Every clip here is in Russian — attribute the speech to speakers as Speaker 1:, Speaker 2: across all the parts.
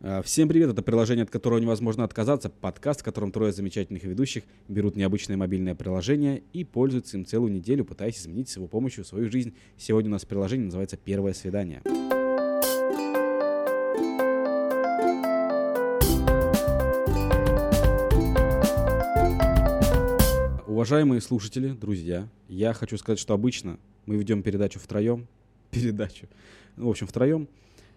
Speaker 1: Э, Всем привет, это приложение, от которого невозможно отказаться, подкаст, в котором трое замечательных ведущих берут необычное мобильное приложение и пользуются им целую неделю, пытаясь изменить с его помощью свою жизнь. Сегодня у нас приложение называется «Первое свидание». Уважаемые слушатели, друзья, я хочу сказать, что обычно мы ведем передачу втроем. Передачу. Ну, в общем, втроем.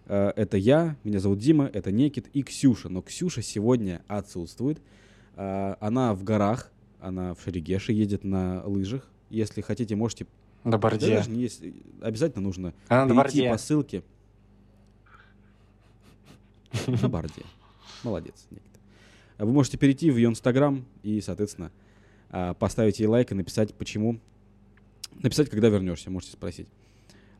Speaker 1: Э, Это я, меня зовут Дима, это Некит и Ксюша. Но Ксюша сегодня отсутствует. Э, Она в горах, она в Шерегеше едет на лыжах. Если хотите, можете...
Speaker 2: На
Speaker 1: Да
Speaker 2: борде.
Speaker 1: даже не если- Обязательно нужно
Speaker 2: Она на
Speaker 1: перейти
Speaker 2: борде.
Speaker 1: по ссылке. На борде. Молодец. Никита. Вы можете перейти в ее инстаграм и, соответственно, а, поставить ей лайк и написать, почему. Написать, когда вернешься, можете спросить.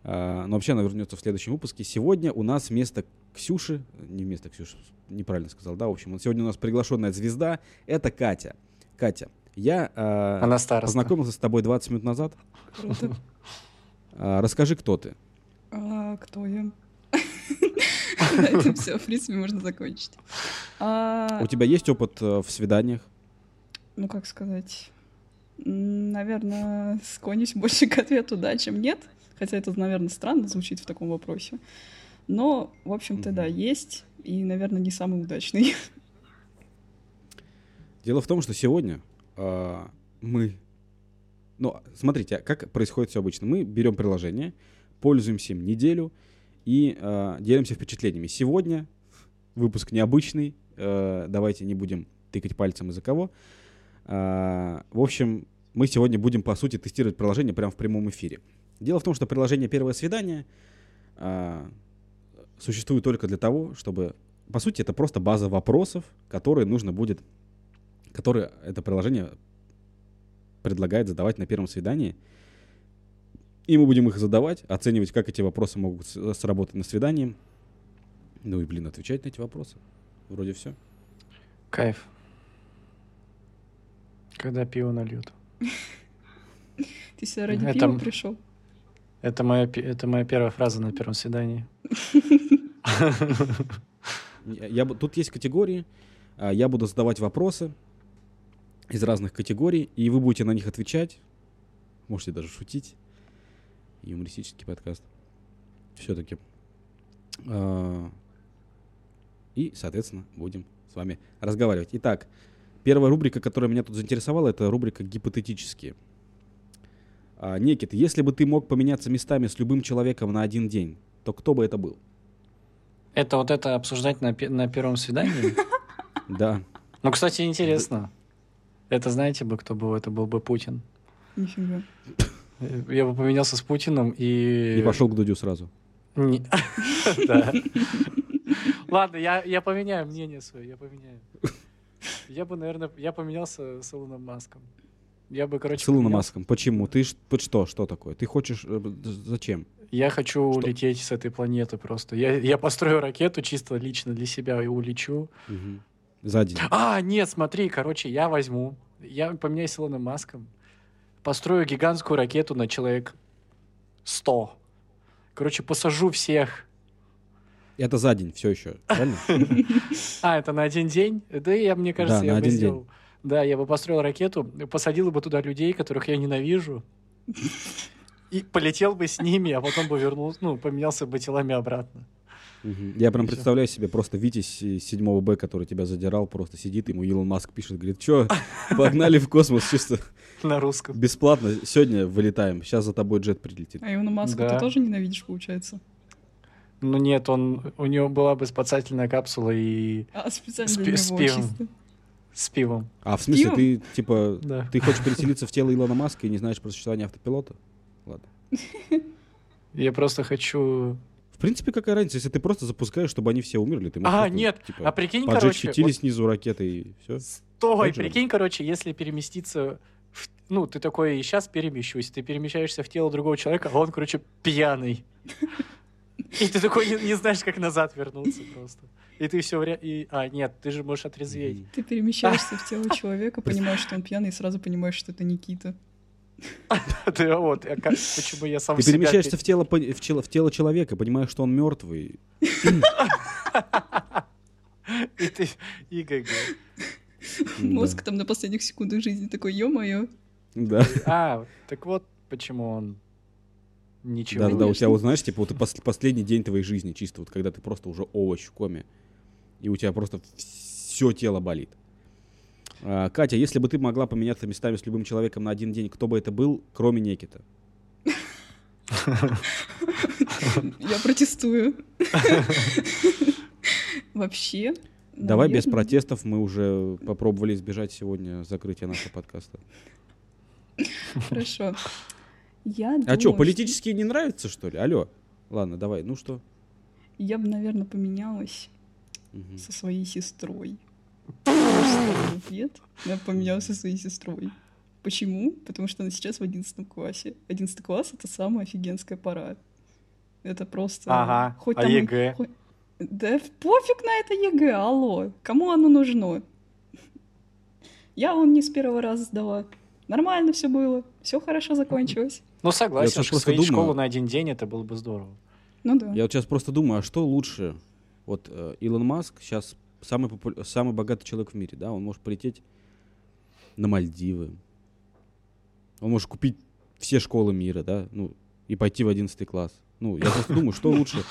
Speaker 1: А, Но вообще она вернется в следующем выпуске. Сегодня у нас вместо Ксюши, не вместо Ксюши, неправильно сказал, да, в общем, сегодня у нас приглашенная звезда, это Катя. Катя, я а,
Speaker 2: Она староста.
Speaker 1: познакомился с тобой 20 минут назад.
Speaker 3: Круто.
Speaker 1: А, Расскажи, кто ты.
Speaker 3: А, кто я? На этом все, в принципе, можно закончить. А,
Speaker 1: У тебя есть опыт э, в свиданиях?
Speaker 3: Ну, как сказать? М, Наверное, склонюсь больше к ответу «да», чем «нет». Хотя это, наверное, странно звучит в таком вопросе. Но, в общем-то, да,
Speaker 1: Мгм.
Speaker 3: есть. И, наверное, не самый удачный.
Speaker 1: Дело в том, что сегодня а, мы... Ну, смотрите, а как происходит все обычно. Мы берем приложение, пользуемся им неделю и а, делимся впечатлениями. Сегодня выпуск необычный, э, давайте не будем тыкать пальцем из-за кого. А, в общем, мы сегодня будем, по сути, тестировать приложение прямо в прямом эфире. Дело в том, что приложение «Первое свидание» а, существует только для того, чтобы... По сути, это просто база вопросов, которые нужно будет которые это приложение предлагает задавать на первом свидании. И мы будем их задавать, оценивать, как эти вопросы могут с- сработать на свидании. Ну и, блин, отвечать на эти вопросы. Вроде все.
Speaker 2: Кайф. Когда пиво нальют.
Speaker 3: Ты сюда ради
Speaker 1: Э,
Speaker 2: Это
Speaker 3: пива
Speaker 2: м-
Speaker 3: пришел?
Speaker 2: Это моя, пи- это моя первая фраза на первом свидании.
Speaker 1: Я, я бу- тут есть категории. а, Я буду задавать вопросы из разных категорий, и вы будете на них отвечать. Можете даже шутить. Юмористический подкаст. Все-таки. А, И, соответственно, будем с вами разговаривать. Итак, первая рубрика, которая меня тут заинтересовала, это рубрика «Гипотетические». А, Никит, если бы ты мог поменяться местами с любым человеком на один день, то кто бы это был?
Speaker 2: Это вот это обсуждать на, пе- на первом свидании?
Speaker 1: Да.
Speaker 2: Ну, кстати, интересно. Это знаете бы, кто был? Это был бы Путин.
Speaker 3: Нифига.
Speaker 2: Э, Я бы поменялся с Путиным и...
Speaker 1: И пошел к Дудю сразу.
Speaker 2: Не- Да. Ладно, я я поменяю мнение свое, я поменяю. Я бы, наверное, я поменялся с Илоном Маском. Я бы, короче,
Speaker 1: С Илоном
Speaker 2: поменялся.
Speaker 1: Маском. Почему? Ты ж- под что? Что такое? Ты хочешь... э, б- з- Зачем?
Speaker 2: Я хочу
Speaker 1: Что?
Speaker 2: улететь с этой планеты просто. Я, я построю ракету чисто лично для себя и улечу.
Speaker 1: За день.
Speaker 2: А, нет, смотри, короче, я возьму. Я поменяюсь с Илоном Маском. Построю гигантскую ракету на человек 100. Короче, посажу всех.
Speaker 1: Это за день все еще, правильно?
Speaker 2: А, это на один день? Да, я, мне кажется,
Speaker 1: Да,
Speaker 2: я
Speaker 1: на
Speaker 2: бы
Speaker 1: один день.
Speaker 2: сделал. Да, я бы построил ракету, посадил бы туда людей, которых я ненавижу. И полетел бы с ними, а потом бы вернулся, ну, поменялся бы телами обратно.
Speaker 1: Мгм. Я прям
Speaker 2: Всё.
Speaker 1: представляю себе, просто Витязь из 7 Б, который тебя задирал, просто сидит, ему Илон Маск пишет, говорит, что, погнали в космос, чисто
Speaker 2: На русском.
Speaker 1: бесплатно, сегодня вылетаем, сейчас за тобой джет прилетит.
Speaker 3: А Илона Маска
Speaker 2: Да.
Speaker 3: ты тоже ненавидишь, получается?
Speaker 2: Ну нет, он, у него была бы спасательная капсула и
Speaker 3: А специально
Speaker 2: С
Speaker 3: для
Speaker 2: пи- с
Speaker 3: него
Speaker 2: пивом.
Speaker 3: чисто.
Speaker 2: с пивом.
Speaker 1: А в смысле,
Speaker 3: Пивом?
Speaker 1: ты, типа,
Speaker 2: Да.
Speaker 1: ты хочешь переселиться в тело Илона Маска и не знаешь про существование автопилота? Ладно.
Speaker 2: Я просто хочу...
Speaker 1: В принципе, какая разница, если ты просто запускаешь, чтобы они все умерли, ты можешь
Speaker 2: А,
Speaker 1: просто,
Speaker 2: нет,
Speaker 1: типа,
Speaker 2: а прикинь,
Speaker 1: поджечь
Speaker 2: короче...
Speaker 1: фитили
Speaker 2: вот-
Speaker 1: снизу ракеты и все.
Speaker 2: Стой,
Speaker 1: Так же
Speaker 2: прикинь, короче, если переместиться... в- Ну, ты такой, сейчас перемещусь, ты перемещаешься в тело другого человека, а он, короче, пьяный. И ты такой не, не знаешь, как назад вернуться просто. И ты все время... И... А, нет, ты же можешь отрезветь.
Speaker 3: Ты перемещаешься в тело человека, понимаешь, что он пьяный, и сразу понимаешь, что это Никита.
Speaker 2: Да вот, а как- почему я сам
Speaker 1: Ты
Speaker 2: себя
Speaker 1: перемещаешься
Speaker 2: пере-
Speaker 1: в тело, пони- в чело- в тело человека, понимаешь, что он мертвый.
Speaker 2: И ты, и ГГ.
Speaker 3: Мозг там на последних секундах жизни такой, ё-моё.
Speaker 1: Да.
Speaker 2: А, так вот почему он ничего
Speaker 1: Да, да,
Speaker 2: не...
Speaker 1: да, у
Speaker 3: Конечно.
Speaker 1: тебя, вот знаешь, типа, вот и пос- последний день твоей жизни, чисто вот когда ты просто уже овощ в коме, и у тебя просто все тело болит. А, Катя, если бы ты могла поменяться местами с любым человеком на один день, кто бы это был, кроме Некита?
Speaker 3: Я протестую. Вообще.
Speaker 1: Давай без
Speaker 3: наверное,
Speaker 1: протестов, мы уже попробовали избежать сегодня закрытия нашего подкаста.
Speaker 3: Хорошо. Я
Speaker 1: А что,
Speaker 3: думаю,
Speaker 1: политические не нравятся, что ли? Алло. Ладно, давай, ну что?
Speaker 3: Я бы, наверное, поменялась
Speaker 1: Мгм.
Speaker 3: со своей сестрой. Просто Ответ. Я поменялась со своей сестрой. Почему? Потому что она сейчас в 11 классе. 11 класс — это самая офигенская пора. Это просто...
Speaker 2: Ага, а
Speaker 3: там и-
Speaker 2: ЕГЭ?
Speaker 3: хоть- Да в- пофиг на это ЕГЭ, алло. Кому оно нужно? Я он не с первого раза сдала. Нормально все было, все хорошо закончилось.
Speaker 2: Ну,
Speaker 1: Я,
Speaker 2: согласен,
Speaker 1: кстати,
Speaker 2: что
Speaker 1: просто
Speaker 2: сходить в
Speaker 1: думаю-
Speaker 2: школу на один день, это было бы здорово.
Speaker 3: Ну да.
Speaker 1: Я вот сейчас просто думаю, а что лучше? Вот э, Илон Маск сейчас самый, попу- самый богатый человек в мире, да? Он может полететь на Мальдивы. Он может купить все школы мира, да? Ну, и пойти в 11 класс. Ну, я просто думаю, что лучше?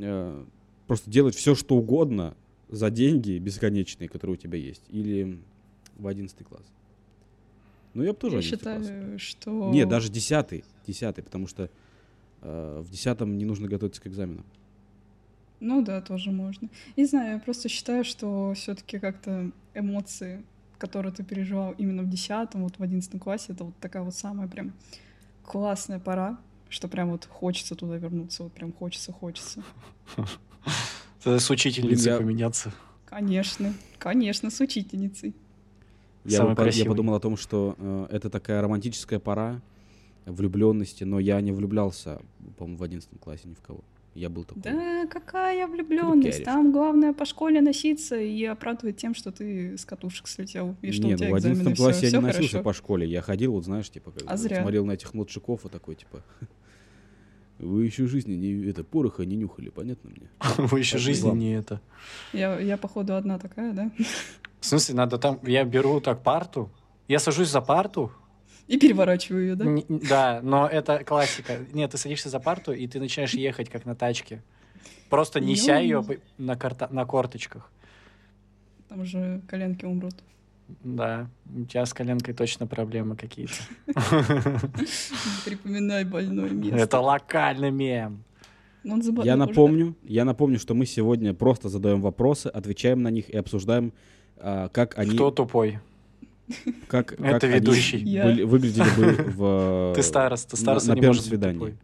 Speaker 1: Э, Просто делать все, что угодно за деньги бесконечные, которые у тебя есть. Или в 11 класс. Ну, я бы тоже
Speaker 3: Я
Speaker 1: 11 класс.
Speaker 3: считаю, что...
Speaker 1: Не, даже десятый. Десятый, потому что э, в десятом не нужно готовиться к экзаменам.
Speaker 3: Ну да, тоже можно. Не знаю, я просто считаю, что все-таки как-то эмоции, которые ты переживал именно в 10 вот в 11 классе, это вот такая вот самая прям классная пора, что прям вот хочется туда вернуться, вот прям хочется-хочется.
Speaker 2: Тогда С учительницей
Speaker 1: Блин, я-
Speaker 2: поменяться.
Speaker 3: Конечно, конечно, с учительницей.
Speaker 1: Я,
Speaker 2: Самый
Speaker 1: бы по- я
Speaker 2: красивый.
Speaker 1: подумал о том, что э, это такая романтическая пора влюбленности, но я не влюблялся, по-моему, в одиннадцатом классе ни в кого. Я был такой.
Speaker 3: Да, какая влюбленность.
Speaker 1: Крепкий
Speaker 3: Там главное по школе носиться и оправдывать тем, что ты с катушек слетел и что
Speaker 1: не,
Speaker 3: у тебя
Speaker 1: ну в
Speaker 3: экзамены
Speaker 1: одиннадцатом
Speaker 3: все,
Speaker 1: классе я
Speaker 3: все
Speaker 1: не носился
Speaker 3: хорошо.
Speaker 1: по школе. Я ходил, вот знаешь, типа, как
Speaker 3: А
Speaker 1: бы,
Speaker 3: зря.
Speaker 1: смотрел на этих младшиков и такой, типа, вы еще жизни не, это, пороха не нюхали, понятно мне?
Speaker 2: Вы еще
Speaker 1: Так,
Speaker 2: жизни
Speaker 1: главное.
Speaker 2: не это.
Speaker 3: Я, я, походу, одна такая, да?
Speaker 2: В смысле, надо там... Я беру так парту, я сажусь за парту,
Speaker 3: И переворачиваю ее, да?
Speaker 1: Ну.
Speaker 2: Н- н- Да, но это классика. Нет, ты садишься за парту, и ты начинаешь ехать, как на тачке. Просто неся
Speaker 3: Ё-моё.
Speaker 2: ее на, карта- на корточках.
Speaker 3: Там же коленки умрут.
Speaker 2: Да, у тебя с коленкой точно проблемы какие-то.
Speaker 3: Припоминай больное место.
Speaker 2: Это локальный мем.
Speaker 3: Ну, он забо-
Speaker 1: Я
Speaker 3: ну,
Speaker 1: напомню, я напомню, что мы сегодня просто задаем вопросы, отвечаем на них и обсуждаем, а, как они,
Speaker 2: Кто тупой?
Speaker 1: как,
Speaker 2: Это
Speaker 1: как они
Speaker 2: ведущий.
Speaker 3: Я.
Speaker 1: были- выглядели бы в э,
Speaker 2: Ты староста,
Speaker 1: на-
Speaker 2: староста
Speaker 1: на
Speaker 2: не
Speaker 1: первом
Speaker 2: может быть
Speaker 1: свидании.
Speaker 2: тупой.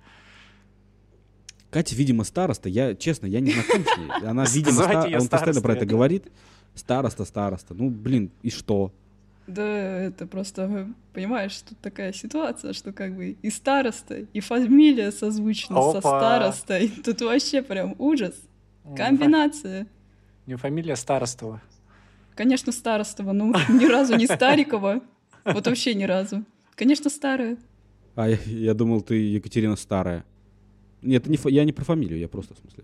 Speaker 1: Катя, видимо, староста. Я, честно, я не знаком с ней. Она, видимо,
Speaker 2: Называйте
Speaker 1: ста-
Speaker 2: её
Speaker 1: он постоянно про
Speaker 2: старостой.
Speaker 1: это говорит. Староста, староста. Ну, блин, и что?
Speaker 3: да- Да, это просто, э, понимаешь, тут такая ситуация, что как бы и староста, и фамилия созвучна со
Speaker 2: Опа.
Speaker 3: старостой. Тут вообще прям ужас. Комбинация.
Speaker 2: У неё фамилия Старостова.
Speaker 3: Конечно, старостова, но ни разу не Старикова. Вот вообще ни разу. Конечно, старая.
Speaker 1: А я, я думал, ты Екатерина Старая. Нет, это не фа- я не про фамилию, я просто в смысле.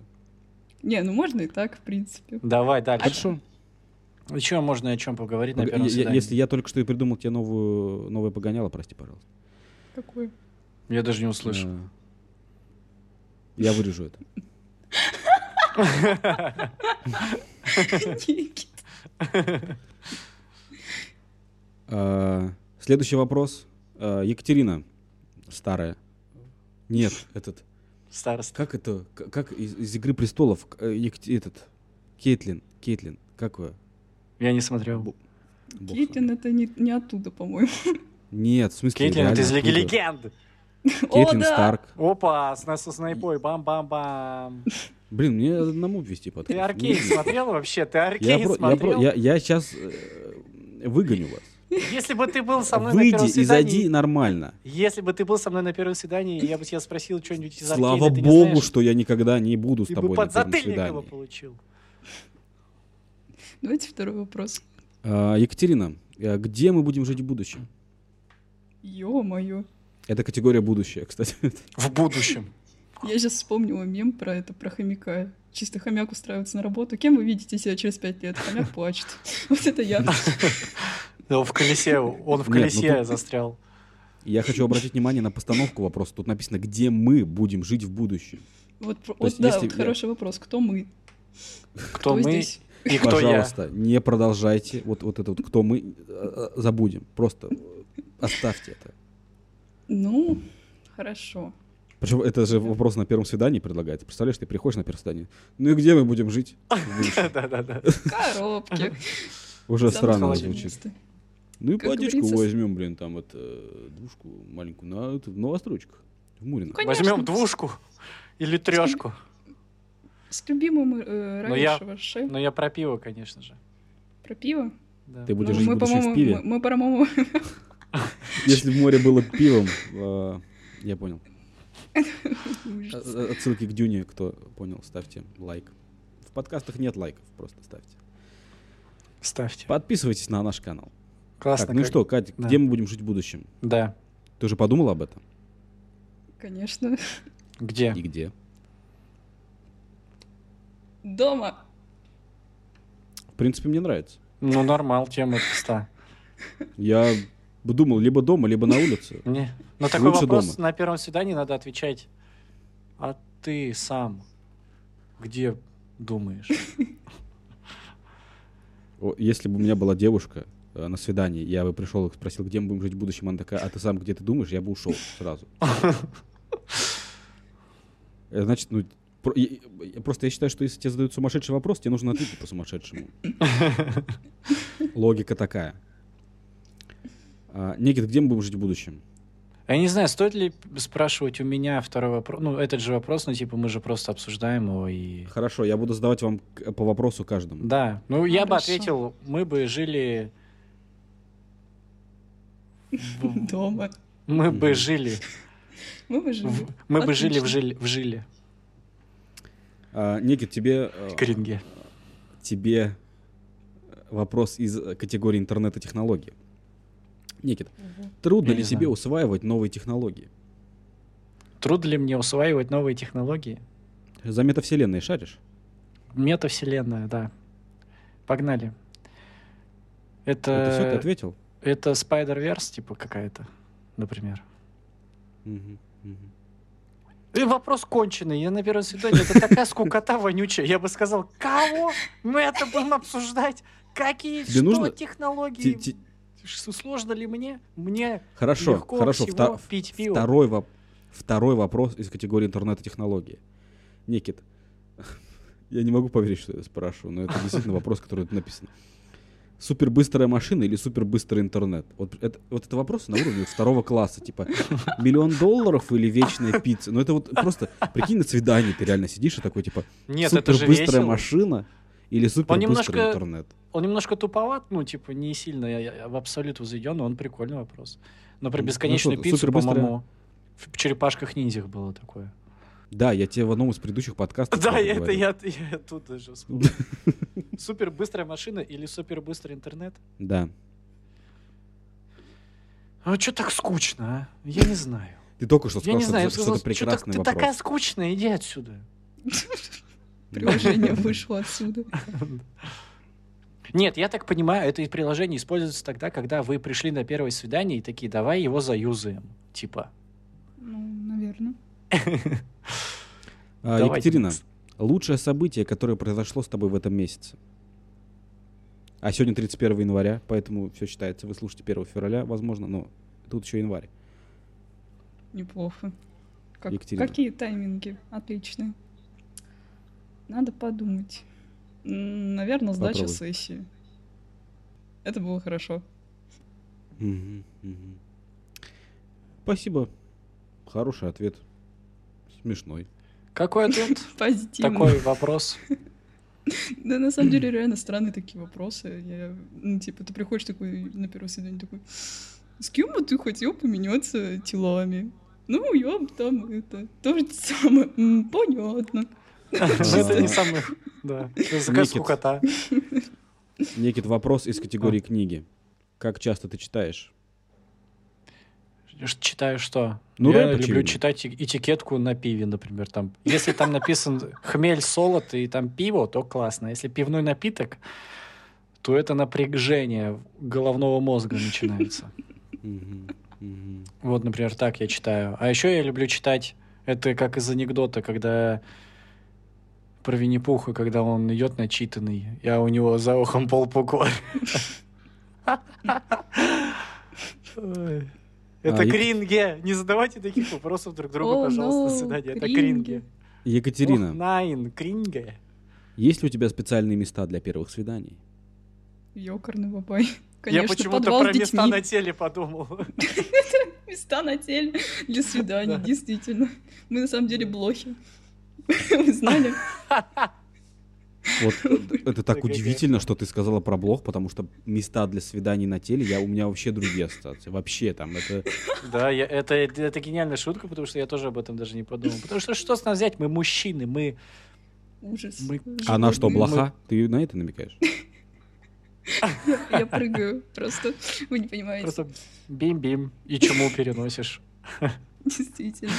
Speaker 3: Не, ну можно и так, в принципе.
Speaker 2: Давай дальше.
Speaker 1: Хорошо.
Speaker 2: Еще можно о чем поговорить на
Speaker 1: Пога-
Speaker 2: первом
Speaker 1: А Ну, я- я-
Speaker 2: свидании?
Speaker 1: если я только что и придумал тебе новую, новое погоняло, прости, пожалуйста.
Speaker 3: Какой?
Speaker 2: Я даже не услышал.
Speaker 1: Э, Я вырежу это.
Speaker 3: Никит.
Speaker 1: А, Следующий вопрос. А, Екатерина Старая. Нет, этот.
Speaker 2: Староста.
Speaker 1: Как это? к- Как из, из Игры престолов? к- э, Екат- Этот. Кейтлин. Кейтлин. Как вы?
Speaker 2: Я не смотрел.
Speaker 1: Бу- Бог
Speaker 3: Кейтлин
Speaker 1: знает.
Speaker 3: это не, не оттуда, по-моему.
Speaker 1: Нет, в смысле.
Speaker 2: Кейтлин, это
Speaker 1: реально
Speaker 2: из Лиги
Speaker 1: оттуда.
Speaker 2: Легенд.
Speaker 1: Кейтлин
Speaker 3: да!
Speaker 1: Старк.
Speaker 2: Опа, с нас со снайпой, бам-бам-бам.
Speaker 1: Блин, мне одному вести подкаст.
Speaker 2: Ты
Speaker 1: Не
Speaker 2: Аркейн
Speaker 1: знаю.
Speaker 2: смотрел вообще? Ты
Speaker 1: Я,
Speaker 2: Аркейн
Speaker 1: про- я,
Speaker 2: смотрел?
Speaker 1: про- я, сейчас выгоню вас.
Speaker 2: Если бы ты был со мной на первом
Speaker 1: Выйди и
Speaker 2: свидании...
Speaker 1: зайди нормально.
Speaker 2: Если бы ты был со мной на первом свидании, я бы тебя спросил что-нибудь из Аркейна,
Speaker 1: Слава
Speaker 2: ты не
Speaker 1: богу,
Speaker 2: знаешь?
Speaker 1: что я никогда не буду с
Speaker 2: Ты бы
Speaker 1: тобой на
Speaker 2: под
Speaker 1: первом
Speaker 2: затыльник бы
Speaker 1: свидании.
Speaker 2: получил.
Speaker 3: Давайте второй вопрос.
Speaker 1: А, Екатерина, а, где мы будем жить в будущем?
Speaker 3: Ё-моё.
Speaker 1: Это категория будущее, кстати.
Speaker 2: В будущем.
Speaker 3: Я сейчас вспомнила мем про это, про хомяка. Чисто хомяк устраивается на работу. Кем вы видите себя через пять лет? Хомяк плачет. Вот это я.
Speaker 2: Ну, в колесе, он
Speaker 1: Нет,
Speaker 2: в
Speaker 1: ну
Speaker 2: колесе
Speaker 1: тут-
Speaker 2: застрял.
Speaker 1: Я хочу обратить внимание на постановку вопроса. Тут написано, где мы будем жить в будущем.
Speaker 3: Вот, про-
Speaker 1: есть,
Speaker 3: вот да,
Speaker 1: если
Speaker 3: вот
Speaker 1: я-
Speaker 3: хороший вопрос. Кто мы?
Speaker 2: Кто мы
Speaker 3: здесь?
Speaker 2: и кто я.
Speaker 1: Пожалуйста, не продолжайте вот, вот это вот, кто мы, э, э, забудем. Просто э, оставьте это.
Speaker 3: Ну, хорошо.
Speaker 1: Причем это же вопрос на первом свидании предлагается. Представляешь, ты приходишь на первое свидание. Ну и где мы будем жить? в будущем?
Speaker 2: Да-да-да.
Speaker 3: Коробки.
Speaker 1: Уже
Speaker 3: Самые
Speaker 1: странно
Speaker 2: холодильник.
Speaker 1: звучит.
Speaker 3: место.
Speaker 1: Ну и
Speaker 3: Как
Speaker 1: платичку
Speaker 3: говорится, с-
Speaker 1: возьмем, блин, там это э, двушку маленькую на, это, в новостройках. В Мурино.
Speaker 3: Конечно.
Speaker 2: Возьмем двушку или трешку.
Speaker 3: С любимым э,
Speaker 1: Ну,
Speaker 2: Но я-
Speaker 3: Раишева шеф
Speaker 2: Но я про пиво, конечно же.
Speaker 3: про пиво.
Speaker 2: Да.
Speaker 1: Ты будешь
Speaker 3: Ну,
Speaker 1: жить в
Speaker 3: мы,
Speaker 1: будущем в
Speaker 3: по-моему,
Speaker 1: пиве.
Speaker 3: мы, мы, по-моему,
Speaker 1: Если бы море было пивом, э, я понял. Э,
Speaker 3: ужас.
Speaker 1: э, Отсылки к Дюне, кто понял, ставьте лайк. В подкастах нет лайков, просто ставьте.
Speaker 2: Ставьте.
Speaker 1: Подписывайтесь на наш канал.
Speaker 2: Классно.
Speaker 1: Так, ну
Speaker 2: как-
Speaker 1: что, Катя,
Speaker 2: да.
Speaker 1: где мы будем жить в будущем?
Speaker 2: Да.
Speaker 1: Ты уже подумал об этом? Э,
Speaker 3: Конечно.
Speaker 2: Где?
Speaker 1: И где?
Speaker 3: Дома.
Speaker 1: В принципе, мне нравится.
Speaker 2: Ну, нормал, тема пуста.
Speaker 1: Я бы думал либо дома, либо на улице.
Speaker 2: Не. Но такой
Speaker 1: Лучше
Speaker 2: вопрос
Speaker 1: дома.
Speaker 2: на первом свидании надо отвечать. А ты сам где думаешь?
Speaker 1: О, Если бы у меня была девушка э, на свидании, я бы пришел и спросил, где мы будем жить в будущем, она такая, а ты сам где ты думаешь, я бы ушел сразу. Э, Значит, ну, про- я- я- просто я считаю, что если тебе задают сумасшедший вопрос, тебе нужно ответить по-сумасшедшему. Логика такая. А, Никит, где мы будем жить в будущем?
Speaker 2: Я не знаю, стоит ли спрашивать у меня второй вопрос. Ну, этот же вопрос, ну, типа, мы же просто обсуждаем его и...
Speaker 1: Хорошо, я буду задавать вам к- по вопросу каждому.
Speaker 2: Да, ну, я бы
Speaker 3: Хорошо.
Speaker 2: ответил, мы бы жили... в-
Speaker 3: Дома.
Speaker 2: Мы
Speaker 1: Мгм.
Speaker 2: бы жили.
Speaker 3: Мы выжили.
Speaker 2: в- Мы бы жили в
Speaker 3: Отлично.
Speaker 2: жиле. В жиле.
Speaker 1: А, Никит, тебе... э,
Speaker 2: Кринге.
Speaker 1: тебе вопрос из э, категории интернета-технологий. Никит,
Speaker 3: Ого.
Speaker 1: трудно
Speaker 2: Я
Speaker 1: ли
Speaker 2: не
Speaker 1: тебе
Speaker 2: знаю.
Speaker 1: усваивать новые технологии?
Speaker 2: Трудно ли мне усваивать новые технологии?
Speaker 1: За метавселенной шаришь?
Speaker 2: Метавселенная, да. Погнали. Это...
Speaker 1: Это все ты ответил?
Speaker 2: Это Spider-Verse, типа, какая-то, например.
Speaker 1: Мгм, мгм.
Speaker 2: И вопрос конченый. Я на первом свидании. Это такая скукота вонючая. Я бы сказал, кого мы это будем обсуждать? Какие
Speaker 1: Тебе
Speaker 2: что
Speaker 1: нужно- Ти-
Speaker 2: технологии?
Speaker 1: ти-
Speaker 2: Ш- Сложно ли мне? Мне
Speaker 1: Хорошо,
Speaker 2: легко
Speaker 1: хорошо.
Speaker 2: всего
Speaker 1: вта-
Speaker 2: пить пиво.
Speaker 1: второй, воп- второй вопрос из категории интернета-технологии. Никит, я не могу поверить, что я спрашиваю, но это действительно вопрос, который тут написан. Супербыстрая машина или супербыстрый интернет? Вот это, вот это вопрос на уровне второго класса, типа миллион долларов или вечная пицца? Ну это вот просто, прикинь, на свидании ты реально сидишь и такой, типа,
Speaker 2: Нет, это же
Speaker 1: супербыстрая
Speaker 2: весело.
Speaker 1: машина или супербыстрый
Speaker 2: немножко-
Speaker 1: интернет?
Speaker 2: Он немножко туповат, ну, типа, не сильно я- я в абсолют возведен, но он прикольный вопрос. Но про
Speaker 1: Ну,
Speaker 2: бесконечную
Speaker 1: ну что ты,
Speaker 2: пиццу,
Speaker 1: супербыстрая-
Speaker 2: по-моему, в «Черепашках-ниндзях» было такое.
Speaker 1: Да, я тебе в одном из предыдущих подкастов
Speaker 2: Да,
Speaker 1: тоже
Speaker 2: это
Speaker 1: говорил.
Speaker 2: я, я тут даже вспомнил. Супер быстрая машина или супер быстрый интернет?
Speaker 1: Да.
Speaker 2: А что так скучно, а? Я не знаю.
Speaker 1: Ты только что
Speaker 2: Я
Speaker 1: сказал,
Speaker 2: не
Speaker 1: что
Speaker 2: знаю, я
Speaker 1: это- что
Speaker 2: сказал,
Speaker 1: это
Speaker 2: что так,
Speaker 1: прекрасный
Speaker 2: ты
Speaker 1: вопрос.
Speaker 2: такая скучная, иди отсюда.
Speaker 3: Приложение вышло отсюда.
Speaker 2: Нет, я так понимаю, это приложение используется тогда, когда вы пришли на первое свидание и такие, давай его заюзаем. Типа.
Speaker 3: Ну, наверное.
Speaker 1: А,
Speaker 2: «Давайте».
Speaker 1: Екатерина, лучшее событие, которое произошло с тобой в этом месяце. А сегодня 31 января, поэтому все считается. Вы слушаете 1 февраля, возможно, но тут еще январь.
Speaker 3: Неплохо. Как-
Speaker 1: Екатерина.
Speaker 3: какие тайминги? Отличные. Надо подумать. Наверное, сдача
Speaker 1: Попробуй.
Speaker 3: сессии. Это было хорошо.
Speaker 1: Мгм, мгм. Спасибо. Хороший ответ. Смешной.
Speaker 2: Какой ответ?
Speaker 3: Позитивно.
Speaker 2: Такой вопрос.
Speaker 3: Да, на самом деле, реально странные такие вопросы. Я, ну, типа, ты приходишь такой на первое свидание такой, с кем бы ты хотел поменяться телами? Ну, я бы там это, то же самое, М, понятно.
Speaker 2: Ну, Это не самый... Да. Какая
Speaker 1: Никит.
Speaker 2: скукота.
Speaker 1: А. Некий вопрос из категории книги. Как часто ты читаешь?
Speaker 2: ш- читаю что?
Speaker 1: Ну,
Speaker 2: я
Speaker 1: рэп,
Speaker 2: люблю
Speaker 1: очевидно.
Speaker 2: читать и- этикетку на пиве, например. Там. Если там написан хмель, солод и там пиво, то классно. Если пивной напиток, то это напряжение головного мозга начинается.
Speaker 1: Мгм, мгм.
Speaker 2: Вот, например, так я читаю. А еще я люблю читать, это как из анекдота, когда про Винни-Пуха, когда он идет начитанный, я у него за ухом полпукор. Ой.
Speaker 1: А,
Speaker 2: Это
Speaker 1: и-
Speaker 2: кринге! Не задавайте таких вопросов друг другу,
Speaker 3: О,
Speaker 2: пожалуйста.
Speaker 3: no,
Speaker 2: До свидания. Это
Speaker 3: кринге.
Speaker 2: кринге.
Speaker 1: Екатерина,
Speaker 2: Ох, Найн, кринге.
Speaker 1: есть ли у тебя специальные места для первых свиданий?
Speaker 3: Ёкарный бабай.
Speaker 2: Я
Speaker 3: Конечно,
Speaker 2: почему-то
Speaker 3: подвал
Speaker 2: про
Speaker 3: с
Speaker 2: места
Speaker 3: детьми.
Speaker 2: на теле подумал.
Speaker 3: Места на теле для свиданий,
Speaker 2: Да.
Speaker 3: действительно. Мы на самом деле блохи. Вы знали?
Speaker 1: Вот это так
Speaker 2: Ой, какая.
Speaker 1: удивительно, что ты сказала про блог, потому что места для свиданий на теле, я у меня вообще другие ассоциации. Вообще там это...
Speaker 2: Да, я, это, это гениальная шутка, потому что я тоже об этом даже не подумал. Потому что что с нас взять? Мы мужчины, мы
Speaker 3: Ужас.
Speaker 2: Мы-
Speaker 1: Она
Speaker 3: Животные.
Speaker 1: что, блоха? Ты на это намекаешь?
Speaker 3: Я прыгаю просто. Вы не понимаете.
Speaker 2: просто бим-бим и чему переносишь.
Speaker 3: Действительно.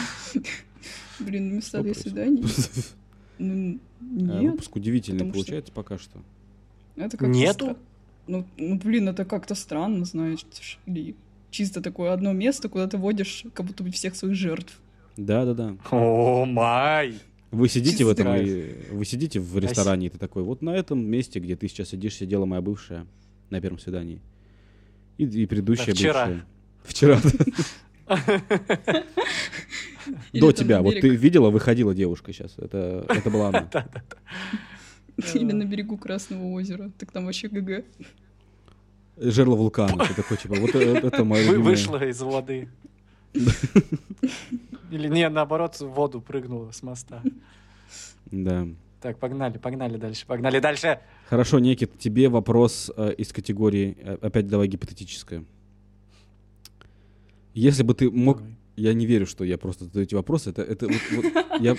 Speaker 3: Блин,
Speaker 1: Что
Speaker 3: места для
Speaker 1: происходит?
Speaker 3: свиданий. Ну,
Speaker 1: Э,
Speaker 3: нет.
Speaker 1: Выпуск удивительный
Speaker 3: потому что-
Speaker 1: получается пока что.
Speaker 3: Это как-то
Speaker 2: Нету?
Speaker 3: стра- Ну, ну, блин, это как-то странно, знаешь, ли. Чисто такое одно место, куда ты водишь как будто бы всех своих жертв.
Speaker 1: Да-да-да.
Speaker 2: О, май!
Speaker 1: Вы сидите в этом,
Speaker 2: Кайф.
Speaker 1: и- вы сидите в
Speaker 3: А
Speaker 1: ресторане, и ты такой, вот на этом месте, где ты сейчас сидишь, сидела моя бывшая на первом свидании. И, и предыдущая
Speaker 2: Да,
Speaker 1: бывшая.
Speaker 2: вчера.
Speaker 1: Вчера.
Speaker 3: Или
Speaker 1: До
Speaker 3: там
Speaker 1: тебя.
Speaker 3: на
Speaker 1: Вот
Speaker 3: берег-
Speaker 1: ты видела, выходила девушка сейчас. Это, это была она.
Speaker 3: Или на берегу Красного озера. Так там вообще ГГ.
Speaker 1: Жерло вулкана. Ты такой, типа, вот э, это моя
Speaker 2: Вы,
Speaker 1: любимая.
Speaker 2: вышла из воды. Или не, наоборот, в воду прыгнула с моста.
Speaker 1: Да.
Speaker 2: Так, погнали, погнали дальше, погнали дальше.
Speaker 1: Хорошо, Некит, тебе вопрос э, из категории, э, опять давай гипотетическое. Если бы ты мог...
Speaker 2: Давай.
Speaker 1: Я не верю, что я просто задаю эти вопросы. Это, это вот- вот я...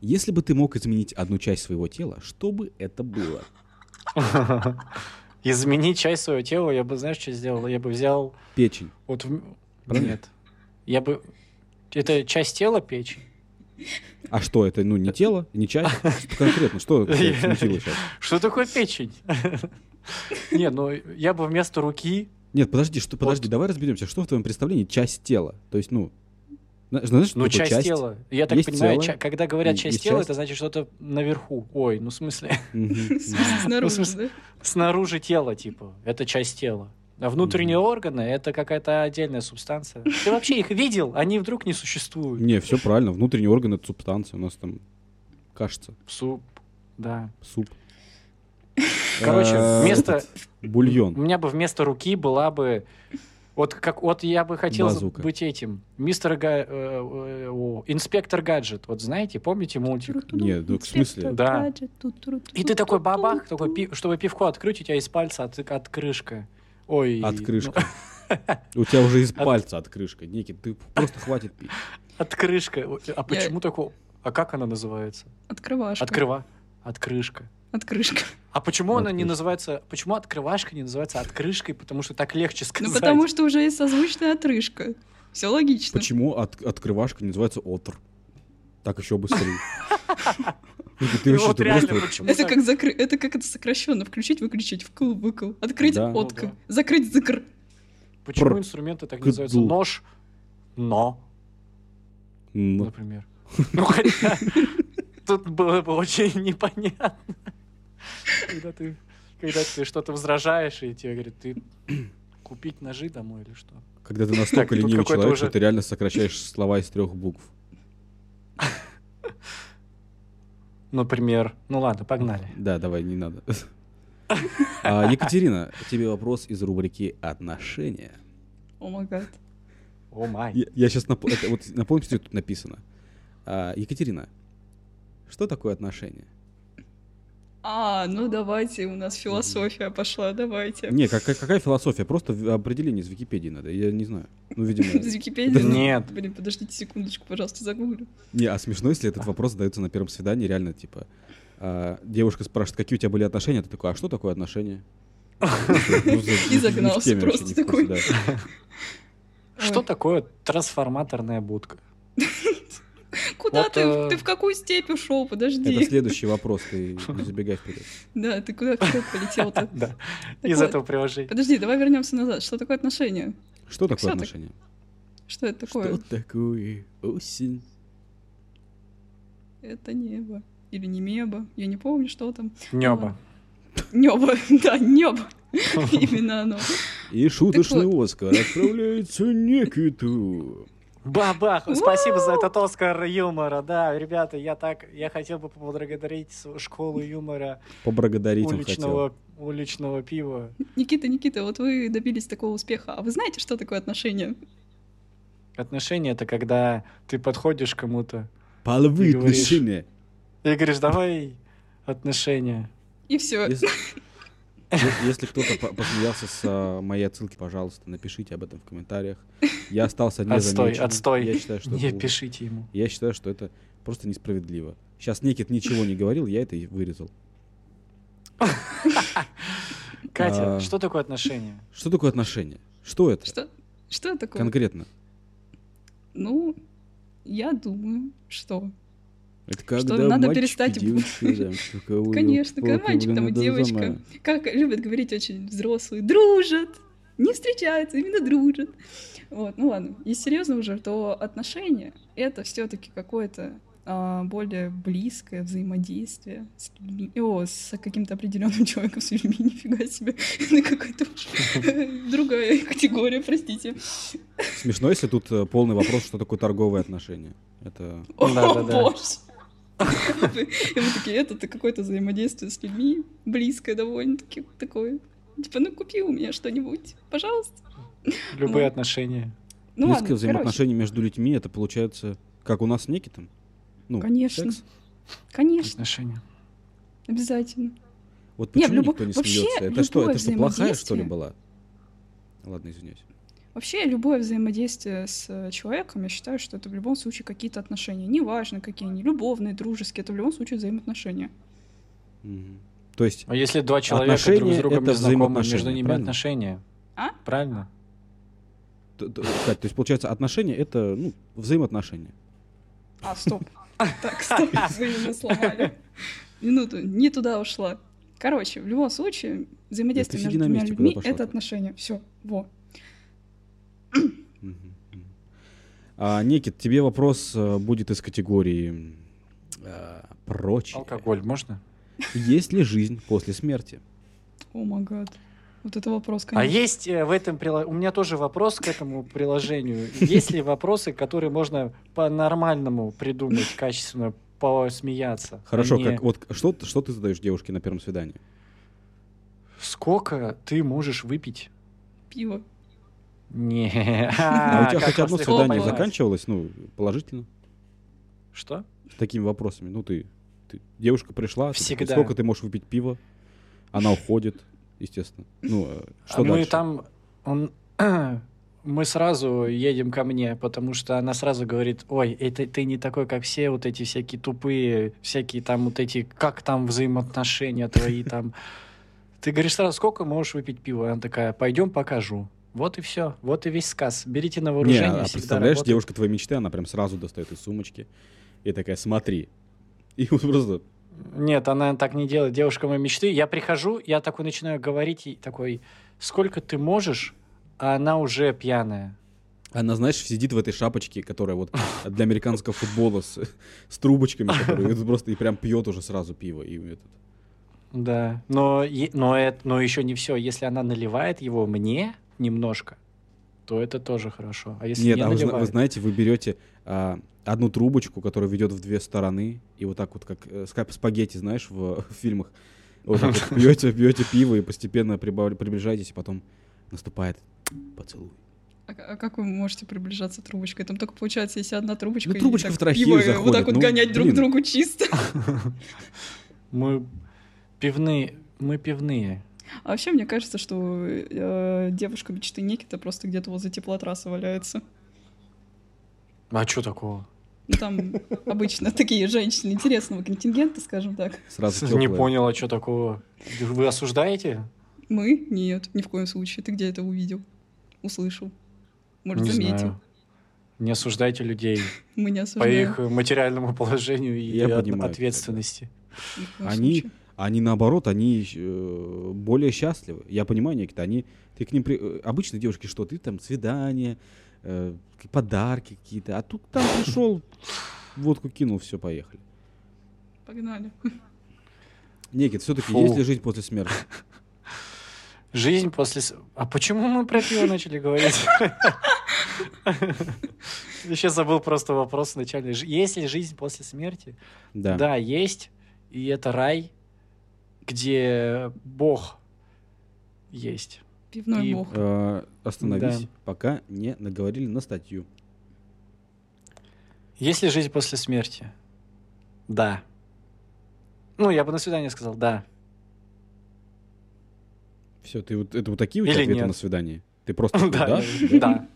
Speaker 1: Если бы ты мог изменить одну часть своего тела, что бы это было?
Speaker 2: Измени часть своего тела, я бы, знаешь, что сделал? Я бы взял
Speaker 1: Печень.
Speaker 2: вот... в-
Speaker 1: Правильно?
Speaker 2: Нет. Я бы... Это часть тела печень?
Speaker 1: А что это? Ну, не тело, не часть? Что Конкретно, что тебя смутило сейчас?
Speaker 2: Что такое печень? Не, ну я бы вместо руки...
Speaker 1: Нет, подожди, что, подожди, давай разберемся. Что в твоем представлении часть тела? То есть, ну, зна- знаешь, что
Speaker 2: Ну,
Speaker 1: такое
Speaker 2: часть, тела. Я так
Speaker 1: Есть
Speaker 2: понимаю,
Speaker 1: тело,
Speaker 2: ча- когда говорят
Speaker 1: и-
Speaker 2: часть
Speaker 1: есть
Speaker 2: тела,
Speaker 1: часть.
Speaker 2: это значит что-то наверху. Ой, ну в смысле,
Speaker 1: Мгм,
Speaker 3: В смысле,
Speaker 2: Ну, в
Speaker 3: Снаружи,
Speaker 2: смысле-
Speaker 3: да?
Speaker 2: снаружи тела, типа. Это часть тела. А внутренние органы — это какая-то отдельная субстанция. Ты вообще их видел? Они вдруг не
Speaker 1: мгм.
Speaker 2: существуют.
Speaker 1: Не, все правильно. Внутренний орган это субстанция. У нас там кажется.
Speaker 2: Суп, да.
Speaker 1: Суп.
Speaker 2: Короче,
Speaker 1: Э,
Speaker 2: вместо... Ну
Speaker 1: этот, Бульон.
Speaker 2: У меня бы вместо руки была бы... Вот как вот я бы хотел
Speaker 1: Базука.
Speaker 2: быть этим. Мистер Га... э, э, о, инспектор Гаджет. Вот знаете, помните мультик?
Speaker 1: Нет, ну, в смысле?
Speaker 2: Да. И ты такой бабах, такой, пи- чтобы пивко открыть, у тебя из пальца от, от крышка. Ой.
Speaker 1: Открышка.
Speaker 2: ну,
Speaker 1: У тебя уже из пальца открышка. Некит, ты просто хватит пить.
Speaker 2: Ну, открышка. А почему такое? А как она называется?
Speaker 3: Открывашка.
Speaker 2: Открыва. Открышка.
Speaker 3: Открышка.
Speaker 2: А почему она не
Speaker 1: Открышка.
Speaker 2: называется... Почему открывашка не называется открышкой? Потому что так легче сказать.
Speaker 3: Ну, потому что уже есть созвучная отрыжка. Все логично.
Speaker 1: Почему от- открывашка не называется отр? Так еще быстрее. Никит, ты вообще-
Speaker 2: вот
Speaker 1: ты
Speaker 2: реально,
Speaker 1: просто вот-
Speaker 2: почему
Speaker 3: Это
Speaker 2: так?
Speaker 3: как, закры... это как это сокращенно. Включить, выключить, вкл, выкл. Открыть,
Speaker 1: Да.
Speaker 3: отк.
Speaker 2: Ну да.
Speaker 3: Закрыть, закр.
Speaker 2: Почему
Speaker 1: Пр-
Speaker 2: инструменты так не
Speaker 1: кду.
Speaker 2: называются? Нож. Но,
Speaker 1: Ну,
Speaker 2: например. Ну, хотя... Тут было бы очень непонятно. Когда ты, когда ты что-то возражаешь, и тебе говорят, ты купить ножи домой или что?
Speaker 1: Когда ты настолько
Speaker 2: тут
Speaker 1: ленивый
Speaker 2: какой-то
Speaker 1: человек,
Speaker 2: уже-
Speaker 1: что ты реально сокращаешь слова из трех букв.
Speaker 2: Например. Ну ладно, погнали.
Speaker 1: Да, давай, не надо. А, Екатерина, тебе вопрос из рубрики «Отношения».
Speaker 3: О май гад.
Speaker 2: О май.
Speaker 1: Я, сейчас вот напомню, что тут написано. А, Екатерина, что такое отношения?
Speaker 3: А, ну давайте, у нас философия пошла, давайте.
Speaker 1: Не, как- как- какая философия? Просто в- определение из Википедии надо, я не знаю. Ну, видимо...
Speaker 3: Из Википедии?
Speaker 1: Да
Speaker 2: нет.
Speaker 3: Блин, подождите секундочку, пожалуйста, загуглю.
Speaker 1: Не, а смешно, если этот вопрос задается на первом свидании, реально, типа... а, девушка спрашивает, какие у тебя были отношения, ты такой, а что такое отношения? Ну, за-
Speaker 3: И
Speaker 1: не в
Speaker 3: загнался
Speaker 1: теме вообще,
Speaker 3: просто
Speaker 1: не в курсе,
Speaker 3: такой.
Speaker 1: да.
Speaker 2: Что
Speaker 3: Ой.
Speaker 2: такое трансформаторная будка?
Speaker 3: Куда
Speaker 2: Вот,
Speaker 3: ты?
Speaker 2: э,
Speaker 3: Ты в какую степь ушел?
Speaker 1: Это
Speaker 3: Подожди.
Speaker 1: следующий вопрос, ты не забегай вперед.
Speaker 3: Да, ты куда в степь полетел-то?
Speaker 2: Да,
Speaker 3: Так
Speaker 2: из
Speaker 3: вот,
Speaker 2: этого приложения.
Speaker 3: Подожди, давай вернемся назад. Что такое отношения?
Speaker 1: Что такое
Speaker 3: всё так
Speaker 1: отношение?
Speaker 3: Что это такое?
Speaker 1: такое осень?
Speaker 3: Это небо. Или не небо. Я не помню, что там.
Speaker 2: Нёба.
Speaker 3: Небо. Да, небо. Именно оно.
Speaker 1: И шуточный
Speaker 3: Так
Speaker 1: Оскар отправляется не киту.
Speaker 2: Бабах! Спасибо за этот Оскар юмора. Да, ребята, я так, я хотел бы поблагодарить свою школу юмора
Speaker 1: Поблагодарить он хотел.
Speaker 2: уличного, уличного пива.
Speaker 3: Никита, Никита, вот вы добились такого успеха. А вы знаете, что такое отношения?
Speaker 2: Отношения это когда ты подходишь к кому-то
Speaker 1: Половые
Speaker 2: Ты говоришь.
Speaker 1: отношения.
Speaker 2: и говоришь, давай отношения.
Speaker 3: И все.
Speaker 1: Если- е- Если кто-то по- посмеялся с а, моей отсылки, пожалуйста, напишите об этом в комментариях. Я остался
Speaker 2: Отстой,
Speaker 1: незамеченным.
Speaker 2: отстой.
Speaker 1: Я считаю, что
Speaker 2: Не
Speaker 1: это лу-
Speaker 2: пишите ему.
Speaker 1: я считаю, что это просто несправедливо. Сейчас Никит ничего не говорил, я это и вырезал.
Speaker 2: Катя,
Speaker 1: А.
Speaker 2: что такое отношения?
Speaker 1: Что такое отношения? Что это
Speaker 3: Что? Что такое?
Speaker 1: конкретно?
Speaker 3: Ну, я думаю, что.
Speaker 1: Это когда
Speaker 3: надо
Speaker 1: мальчик
Speaker 3: перестать
Speaker 1: и девочка, там, какую
Speaker 3: Конечно, когда
Speaker 1: палку,
Speaker 3: мальчик там и
Speaker 1: блин, это
Speaker 3: девочка.
Speaker 1: самое.
Speaker 3: Как любят говорить очень взрослые, дружат, не встречаются, именно дружат. Вот, ну ладно. Если серьезно уже, то отношения — это все таки какое-то а, более близкое взаимодействие с людьми. О, с каким-то определенным человеком, с людьми, нифига себе. Это какая-то уж другая категория, простите.
Speaker 1: Смешно, если тут э, полный вопрос, что такое торговые отношения. Это
Speaker 3: О,
Speaker 2: Да-да-да.
Speaker 3: боже! И мы такие, это какое-то взаимодействие с людьми, близкое довольно-таки такое. Типа, ну купи у меня что-нибудь, пожалуйста.
Speaker 2: Любые
Speaker 3: Ну.
Speaker 2: отношения.
Speaker 3: Ну,
Speaker 1: близкое
Speaker 3: ладно, короче.
Speaker 1: взаимоотношение между людьми, это получается, как у нас с Никитом. Ну,
Speaker 3: Конечно.
Speaker 1: секс.
Speaker 3: Конечно,
Speaker 2: Отношения.
Speaker 3: обязательно.
Speaker 1: Вот
Speaker 3: Не, в
Speaker 1: почему
Speaker 3: любо-
Speaker 1: никто не
Speaker 3: вообще
Speaker 1: смеется? Это что,
Speaker 3: любое
Speaker 1: это что, плохая, что ли,
Speaker 3: взаимодействие-
Speaker 1: была? Ладно, извиняюсь.
Speaker 3: Вообще, любое взаимодействие с э, человеком, я считаю, что это в любом случае какие-то отношения. Неважно, какие они, любовные, дружеские, это в любом случае взаимоотношения.
Speaker 1: Мгм. То есть,
Speaker 2: А если два человека друг
Speaker 1: Отношения
Speaker 2: с
Speaker 1: это
Speaker 2: другом не знакомы,
Speaker 1: взаимоотношения,
Speaker 2: между ними
Speaker 1: правильно?
Speaker 2: отношения?
Speaker 3: А?
Speaker 2: Правильно?
Speaker 1: т- т- Кать, то есть, получается, отношения — это, ну, взаимоотношения.
Speaker 3: А, стоп. Так, стоп, взаимно сломали. Минуту, не туда ушла. Короче, в любом случае, взаимодействие
Speaker 1: Да ты сиди
Speaker 3: между
Speaker 1: на
Speaker 3: двумя
Speaker 1: месте,
Speaker 3: людьми
Speaker 1: куда пошла
Speaker 3: это
Speaker 1: ты.
Speaker 3: отношения. Все, во.
Speaker 1: Мгм, мгм. А, Никит, тебе вопрос э, будет из категории м, э, прочее.
Speaker 2: Алкоголь можно?
Speaker 1: Есть ли жизнь после смерти?
Speaker 3: О май гад. Вот это вопрос,
Speaker 2: А
Speaker 3: конечно.
Speaker 2: есть э, в этом приложении... У меня тоже вопрос к этому приложению. Есть ли вопросы, которые можно по-нормальному придумать, качественно посмеяться? а
Speaker 1: Хорошо,
Speaker 2: не
Speaker 1: как вот что, т- что ты задаешь девушке на первом свидании?
Speaker 2: Сколько ты можешь выпить?
Speaker 3: Пиво.
Speaker 2: Не.
Speaker 1: А, у тебя
Speaker 2: как
Speaker 1: хоть одно
Speaker 2: вас легко
Speaker 1: свидание
Speaker 2: поймать?
Speaker 1: заканчивалось, ну, положительно,
Speaker 2: Что?
Speaker 1: с такими вопросами. Ну, ты, ты- девушка пришла, ты такой,
Speaker 2: Всегда.
Speaker 1: сколько ты можешь выпить пива? Она уходит, естественно. Ну, э, что
Speaker 2: А Мы
Speaker 1: дальше?
Speaker 2: там... он- Мы сразу едем ко мне, потому что она сразу говорит, ой, это ты не такой, как все, вот эти всякие тупые, всякие там вот эти, как там взаимоотношения твои там. Ты говоришь сразу, сколько можешь выпить пива? Она такая, пойдем покажу. Вот и все, вот и весь сказ. Берите на
Speaker 1: Не,
Speaker 2: вооружение.
Speaker 1: а
Speaker 2: всегда
Speaker 1: представляешь,
Speaker 2: работает.
Speaker 1: девушка твоей мечты, она прям сразу достает из сумочки и такая, смотри. И вот просто
Speaker 2: Нет, она так не делает. Девушка моей мечты. Я прихожу, я такой начинаю говорить, и такой, сколько ты можешь, а она уже пьяная.
Speaker 1: Она, знаешь, сидит в этой шапочке, которая вот для американского футбола с, с трубочками, которые вот просто и прям пьет уже сразу пиво. И этот.
Speaker 2: Да. Но, е- но, это, но еще не все. Если она наливает его мне немножко, то это тоже хорошо. А если
Speaker 1: Нет,
Speaker 2: не
Speaker 1: а вы, зна- вы
Speaker 2: наливает?
Speaker 1: знаете, вы берете а, одну трубочку, которая ведет в две стороны, и вот так вот, как э, скап- спагетти, знаешь, в, в фильмах. Вот так вот пьете, пьете пиво и постепенно прибав- приближаетесь, и потом наступает поцелуй.
Speaker 3: А, а как вы можете приближаться трубочкой? Там только получается, если одна трубочка,
Speaker 1: Ну,
Speaker 3: и
Speaker 1: трубочка
Speaker 3: так
Speaker 1: в трахею
Speaker 3: пиво, и вот
Speaker 1: заходит,
Speaker 3: так вот
Speaker 1: ну,
Speaker 3: гонять друг
Speaker 1: блин.
Speaker 3: другу чисто.
Speaker 2: Мы пивные. Мы пивные.
Speaker 3: А вообще, мне кажется, что э, девушка мечты Никита просто где-то возле теплотрассы валяется.
Speaker 2: А что такого?
Speaker 3: Ну, там обычно такие женщины интересного контингента, скажем так.
Speaker 1: Сразу
Speaker 2: Не
Speaker 1: тёплое.
Speaker 2: понял, а что такого? Вы осуждаете?
Speaker 3: Мы? Нет, ни в коем случае. Ты где это увидел? Услышал. Может,
Speaker 2: Не
Speaker 3: заметил.
Speaker 2: знаю. Не осуждайте людей
Speaker 3: Мы не
Speaker 2: по
Speaker 3: осуждаем.
Speaker 2: их материальному положению и
Speaker 1: Я
Speaker 2: от-
Speaker 1: понимаю тебя,
Speaker 2: ответственности.
Speaker 3: ни в коем
Speaker 1: Они-
Speaker 3: случае.
Speaker 1: Они наоборот, они э, более счастливы. Я понимаю, Никита, они. Ты к ним при... э, обычно девушки что, ты там свидания, э, к- подарки какие-то, а тут там пришел, водку кинул, все, поехали.
Speaker 3: Погнали.
Speaker 1: Никит, все-таки
Speaker 2: Фу.
Speaker 1: есть ли жизнь после смерти?
Speaker 2: Жизнь после... с- А почему мы про пиво начали говорить? Еще забыл просто вопрос начальный. Ж- Есть ли жизнь после смерти?
Speaker 1: Да.
Speaker 2: Да, есть. И это рай, где Бог есть.
Speaker 3: Пивной
Speaker 2: И-
Speaker 3: бог.
Speaker 1: Э, остановись,
Speaker 2: Да.
Speaker 1: пока не наговорили на статью.
Speaker 2: Есть ли жизнь после смерти? Да. Ну, я бы на свидание сказал да.
Speaker 1: Все, ты вот это вот такие у
Speaker 2: Или
Speaker 1: тебя ответы
Speaker 2: нет.
Speaker 1: на свидание. Ты просто такой,
Speaker 2: Да,
Speaker 1: да?
Speaker 2: я- да.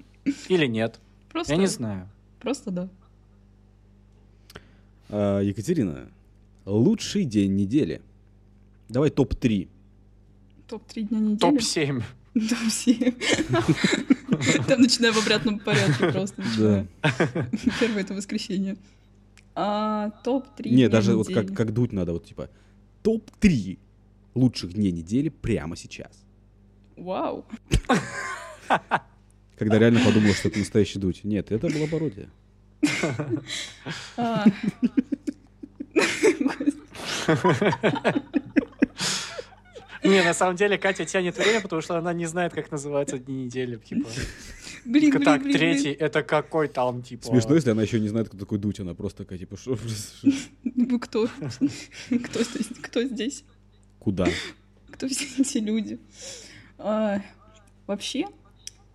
Speaker 2: Или нет.
Speaker 3: Просто,
Speaker 2: Я не знаю.
Speaker 3: просто да.
Speaker 1: А, Екатерина, лучший день недели. Давай топ-3.
Speaker 3: Топ-3 дня недели.
Speaker 2: Топ-7.
Speaker 3: Топ-7. Там начинаю в обратном порядке просто. начинаю. Первое это воскресенье. А, топ-3
Speaker 1: Не, даже вот как, как дуть надо, вот типа топ-3 лучших дней недели прямо сейчас.
Speaker 3: Вау.
Speaker 1: Когда реально подумала, что это настоящий дуть. Нет, это была пародия.
Speaker 3: А.
Speaker 2: Не, на самом деле Катя тянет время, потому что она не знает, как называются дни недели. Типа.
Speaker 3: Блин, блин,
Speaker 2: Так,
Speaker 3: блин,
Speaker 2: третий, это какой там, типа...
Speaker 1: Смешно, если она еще не знает, кто такой дуть. Она просто такая, типа, что?
Speaker 3: блин. Вы кто? Кто здесь? Кто здесь?
Speaker 1: Куда?
Speaker 3: Кто все эти люди? А, вообще,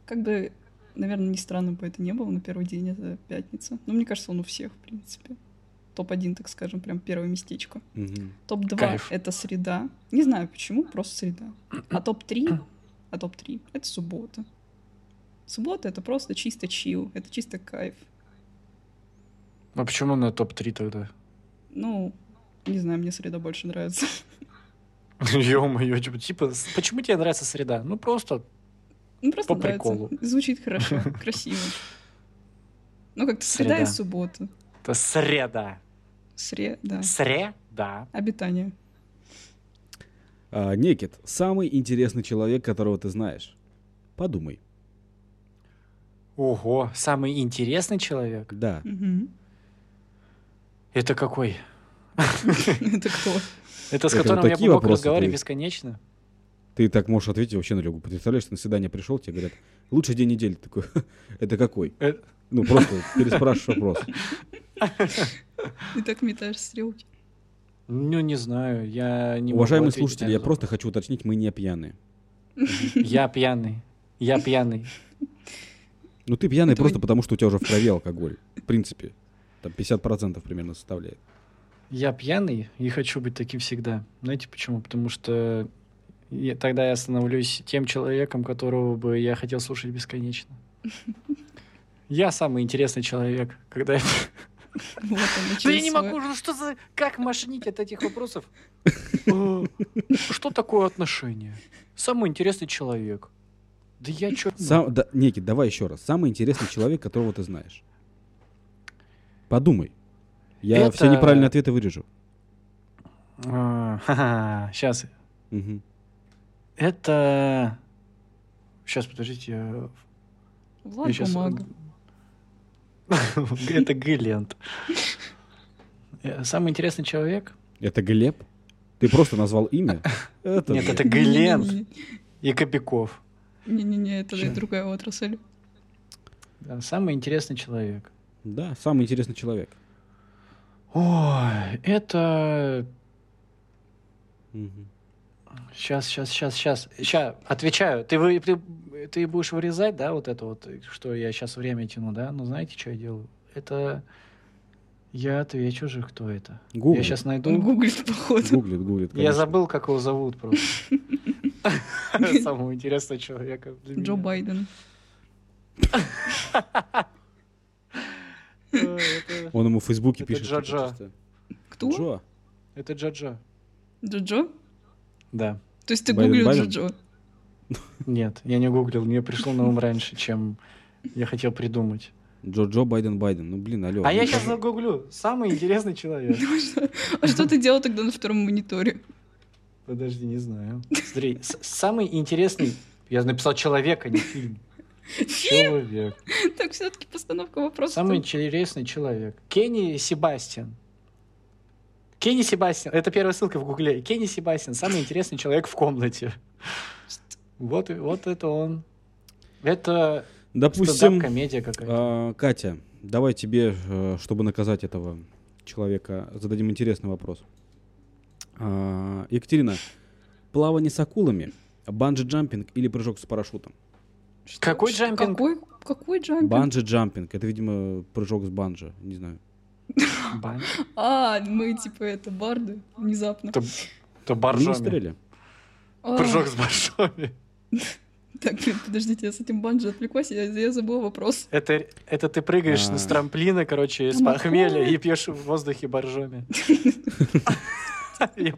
Speaker 3: как бы, наверное, не странно бы это не было, но первый день это пятница. Но мне кажется, он у всех, в принципе. Топ-1, так скажем, прям первое местечко.
Speaker 1: Мгм.
Speaker 3: Топ-2
Speaker 2: Кайф.
Speaker 3: это среда. Не знаю почему, просто среда. А топ-3, а топ-3 это суббота. Суббота это просто чисто чил, это чисто кайф.
Speaker 2: А почему на топ-3 тогда?
Speaker 3: Ну, не знаю, мне среда больше нравится.
Speaker 2: Ё-моё, типа, типа, с- почему тебе нравится среда? Ну, просто
Speaker 3: Ну, просто
Speaker 2: По
Speaker 3: нравится.
Speaker 2: приколу.
Speaker 3: Звучит хорошо, красиво. Ну, как-то среда и
Speaker 2: Среда.
Speaker 3: суббота.
Speaker 2: это среда.
Speaker 3: Среда.
Speaker 2: Среда.
Speaker 3: Обитание.
Speaker 1: А, Некит, самый интересный человек, которого ты знаешь. Подумай.
Speaker 2: Ого, самый интересный человек.
Speaker 1: Да.
Speaker 3: Мгм.
Speaker 2: Это какой?
Speaker 3: Это кто?
Speaker 2: Это с
Speaker 1: Это вот
Speaker 2: которым я
Speaker 1: такие
Speaker 2: мог
Speaker 1: вопросы
Speaker 2: разговаривать
Speaker 1: ты-
Speaker 2: бесконечно?
Speaker 1: Ты так можешь ответить вообще на любую. Представляешь, ты на свидание пришел, тебе говорят, лучший день недели. Ты такой, это какой?
Speaker 2: Э.
Speaker 1: Ну, просто переспрашиваешь вопрос.
Speaker 3: И так метаешь стрелки.
Speaker 2: Ну, не знаю, я не могу
Speaker 1: Уважаемые
Speaker 2: ответить на
Speaker 1: слушатели, я
Speaker 2: этот
Speaker 1: просто хочу уточнить, мы не пьяные.
Speaker 2: вопрос. Я пьяный. Я пьяный.
Speaker 1: Ну, ты пьяный
Speaker 3: Это вы-
Speaker 1: просто потому, что у тебя уже в крови алкоголь. В принципе. Там 50% примерно составляет.
Speaker 2: Я пьяный и хочу быть таким всегда. Знаете почему? Потому что я- тогда я становлюсь тем человеком, которого бы я хотел слушать бесконечно. Я самый интересный человек, когда я...
Speaker 3: Вот он,
Speaker 2: Да
Speaker 3: начали
Speaker 2: я не
Speaker 3: свое.
Speaker 2: могу, ну что за... Как мошнить от этих вопросов? Э, Что такое отношение? Самый интересный человек. Да я чё...
Speaker 1: Сам, да, Никит, давай еще раз. Самый интересный человек, которого ты знаешь. Подумай. Я все
Speaker 2: Это-
Speaker 1: неправильные ответы вырежу.
Speaker 2: А, Сейчас.
Speaker 1: Мгм.
Speaker 2: Это... Сейчас, подождите, э, я
Speaker 3: Влад
Speaker 2: щас- угу.
Speaker 3: бумага.
Speaker 2: Это Глент. Э, Самый интересный человек?
Speaker 1: Это Глеб? Ты просто назвал имя? Это
Speaker 2: Нет,
Speaker 1: же-
Speaker 2: это Глент и Кобяков.
Speaker 3: Не-не-не, это
Speaker 2: Чё?
Speaker 3: другая отрасль.
Speaker 2: Да, Самый интересный человек.
Speaker 1: Да, самый интересный человек.
Speaker 2: Ой, это...
Speaker 1: Мгм.
Speaker 2: Сейчас, сейчас, сейчас, сейчас. Сейчас, отвечаю. Ты, вы- ты, ты будешь вырезать, да, вот это вот, что я сейчас время тяну, да? Ну, знаете, что я делаю? Это... Я отвечу же, кто это.
Speaker 1: Гуглит.
Speaker 2: Я сейчас
Speaker 3: Он
Speaker 2: найду.
Speaker 3: гуглит, походу.
Speaker 1: Гуглит, гуглит.
Speaker 2: Я
Speaker 1: конечно.
Speaker 2: забыл, как его зовут просто. Самого интересного человека. для
Speaker 3: Джо
Speaker 2: меня.
Speaker 3: Байден.
Speaker 2: Э, это-
Speaker 1: Он ему в Фейсбуке
Speaker 2: Это
Speaker 1: пишет. типа,
Speaker 2: Джа-Джа.
Speaker 1: чисто.
Speaker 3: Кто?
Speaker 1: Джо.
Speaker 2: Это Джаджа.
Speaker 3: Джо-Джо?
Speaker 2: Да.
Speaker 3: То есть ты
Speaker 1: Байден,
Speaker 3: гуглил
Speaker 1: Байден?
Speaker 3: Джо-Джо?
Speaker 2: Нет, я не гуглил, мне пришло на ум раньше, чем Я хотел придумать.
Speaker 1: Джо-Джо Байден-Байден. Ну, блин, алло.
Speaker 2: А
Speaker 1: ну
Speaker 2: я
Speaker 1: это
Speaker 2: сейчас
Speaker 1: же-
Speaker 2: загуглю. Самый интересный человек.
Speaker 3: Ну, что- А что ты делал тогда на втором мониторе?
Speaker 2: Подожди, не знаю. Смотри, с- самый интересный... Я написал человек, а не фильм. Человек.
Speaker 3: Так все-таки постановка вопроса.
Speaker 2: Самый
Speaker 3: там-
Speaker 2: интересный человек. Кенни Себастьян. Кенни Себастьян. Это первая ссылка в Гугле. Кенни Себастьян. Самый интересный человек в комнате. Вот, и- вот это он. Это
Speaker 1: Допустим,
Speaker 2: стендап-комедия какая-то.
Speaker 1: а, Катя, давай тебе, э, чтобы наказать этого человека, зададим интересный вопрос. А, Екатерина, плавание с акулами, банджи-джампинг или прыжок с парашютом?
Speaker 3: Что-
Speaker 2: Какой
Speaker 3: что-
Speaker 2: джампинг?
Speaker 3: Какой, какой джампинг?
Speaker 1: Банджи-джампинг. Это, видимо, прыжок с банджи. Не знаю.
Speaker 2: Бан.
Speaker 3: А, мы типа это барды внезапно.
Speaker 2: Это- Это
Speaker 1: Вы не
Speaker 2: боржоми.
Speaker 1: стреляли?
Speaker 3: А,
Speaker 2: Прыжок с боржоми.
Speaker 3: Так, блин, подождите, я с этим банджи отвлеклась, я, я забыла вопрос.
Speaker 2: Это, это ты прыгаешь
Speaker 1: А.
Speaker 2: с трамплина, короче, с
Speaker 3: Там
Speaker 2: похмелья
Speaker 3: акулы.
Speaker 2: и пьешь в воздухе боржоми. Я-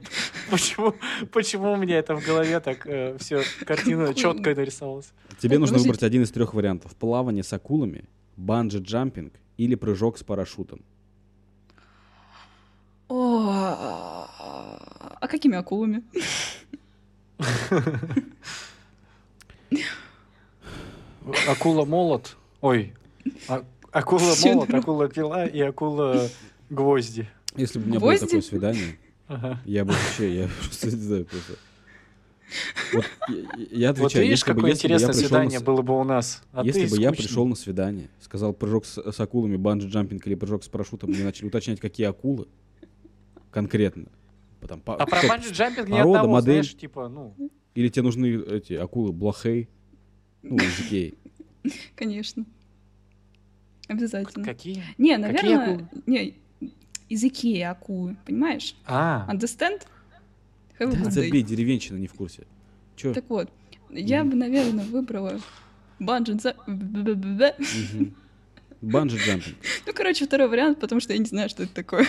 Speaker 2: Почему, почему у меня это в голове так все картина
Speaker 3: Какой
Speaker 2: четко нарисовалась?
Speaker 1: Тебе
Speaker 3: Ой,
Speaker 1: нужно
Speaker 3: подождите.
Speaker 1: выбрать один из трех вариантов. Плавание с акулами, банджи-джампинг или прыжок с парашютом.
Speaker 3: О, а а какими акулами?
Speaker 2: Акула молот. Ой. а- Акула
Speaker 3: Всё
Speaker 2: молот,
Speaker 3: нормально.
Speaker 2: акула пила и акула гвозди.
Speaker 1: Если бы у меня было
Speaker 3: Гвозди?
Speaker 1: такое свидание,
Speaker 2: Ага.
Speaker 1: я бы вообще, я просто не знаю просто. Вот я- я- я
Speaker 2: Вот
Speaker 1: отвечаю,
Speaker 2: видишь,
Speaker 1: если бы-
Speaker 2: какое
Speaker 1: если бы я
Speaker 2: интересное
Speaker 1: пришел на
Speaker 2: свидание
Speaker 1: с-
Speaker 2: было бы у нас. А
Speaker 1: если
Speaker 2: ты
Speaker 1: бы я
Speaker 2: скучный.
Speaker 1: пришел на свидание, сказал прыжок с, с акулами, банджи-джампинг или прыжок с парашютом, мне начали уточнять, какие акулы конкретно. Потом, по-
Speaker 2: А про
Speaker 1: кто-
Speaker 2: банджи-джампинг ни
Speaker 1: Порода,
Speaker 2: одного,
Speaker 1: модель.
Speaker 2: знаешь, типа, ну...
Speaker 1: Или тебе нужны эти акулы блохей, ну, из Икеи.
Speaker 3: Конечно. Обязательно.
Speaker 2: Какие?
Speaker 3: Не,
Speaker 2: Какие
Speaker 3: наверное, не, из Икеи акулы, понимаешь?
Speaker 2: А,
Speaker 3: Understand? Have a good
Speaker 1: Да
Speaker 3: day.
Speaker 1: забей, деревенщина не в курсе. Че?
Speaker 3: Так вот, я бы, наверное, выбрала банджи джа- б-б-б-б.
Speaker 1: Банджи-джампинг.
Speaker 3: Ну, короче, второй вариант, потому что я не знаю, что это такое.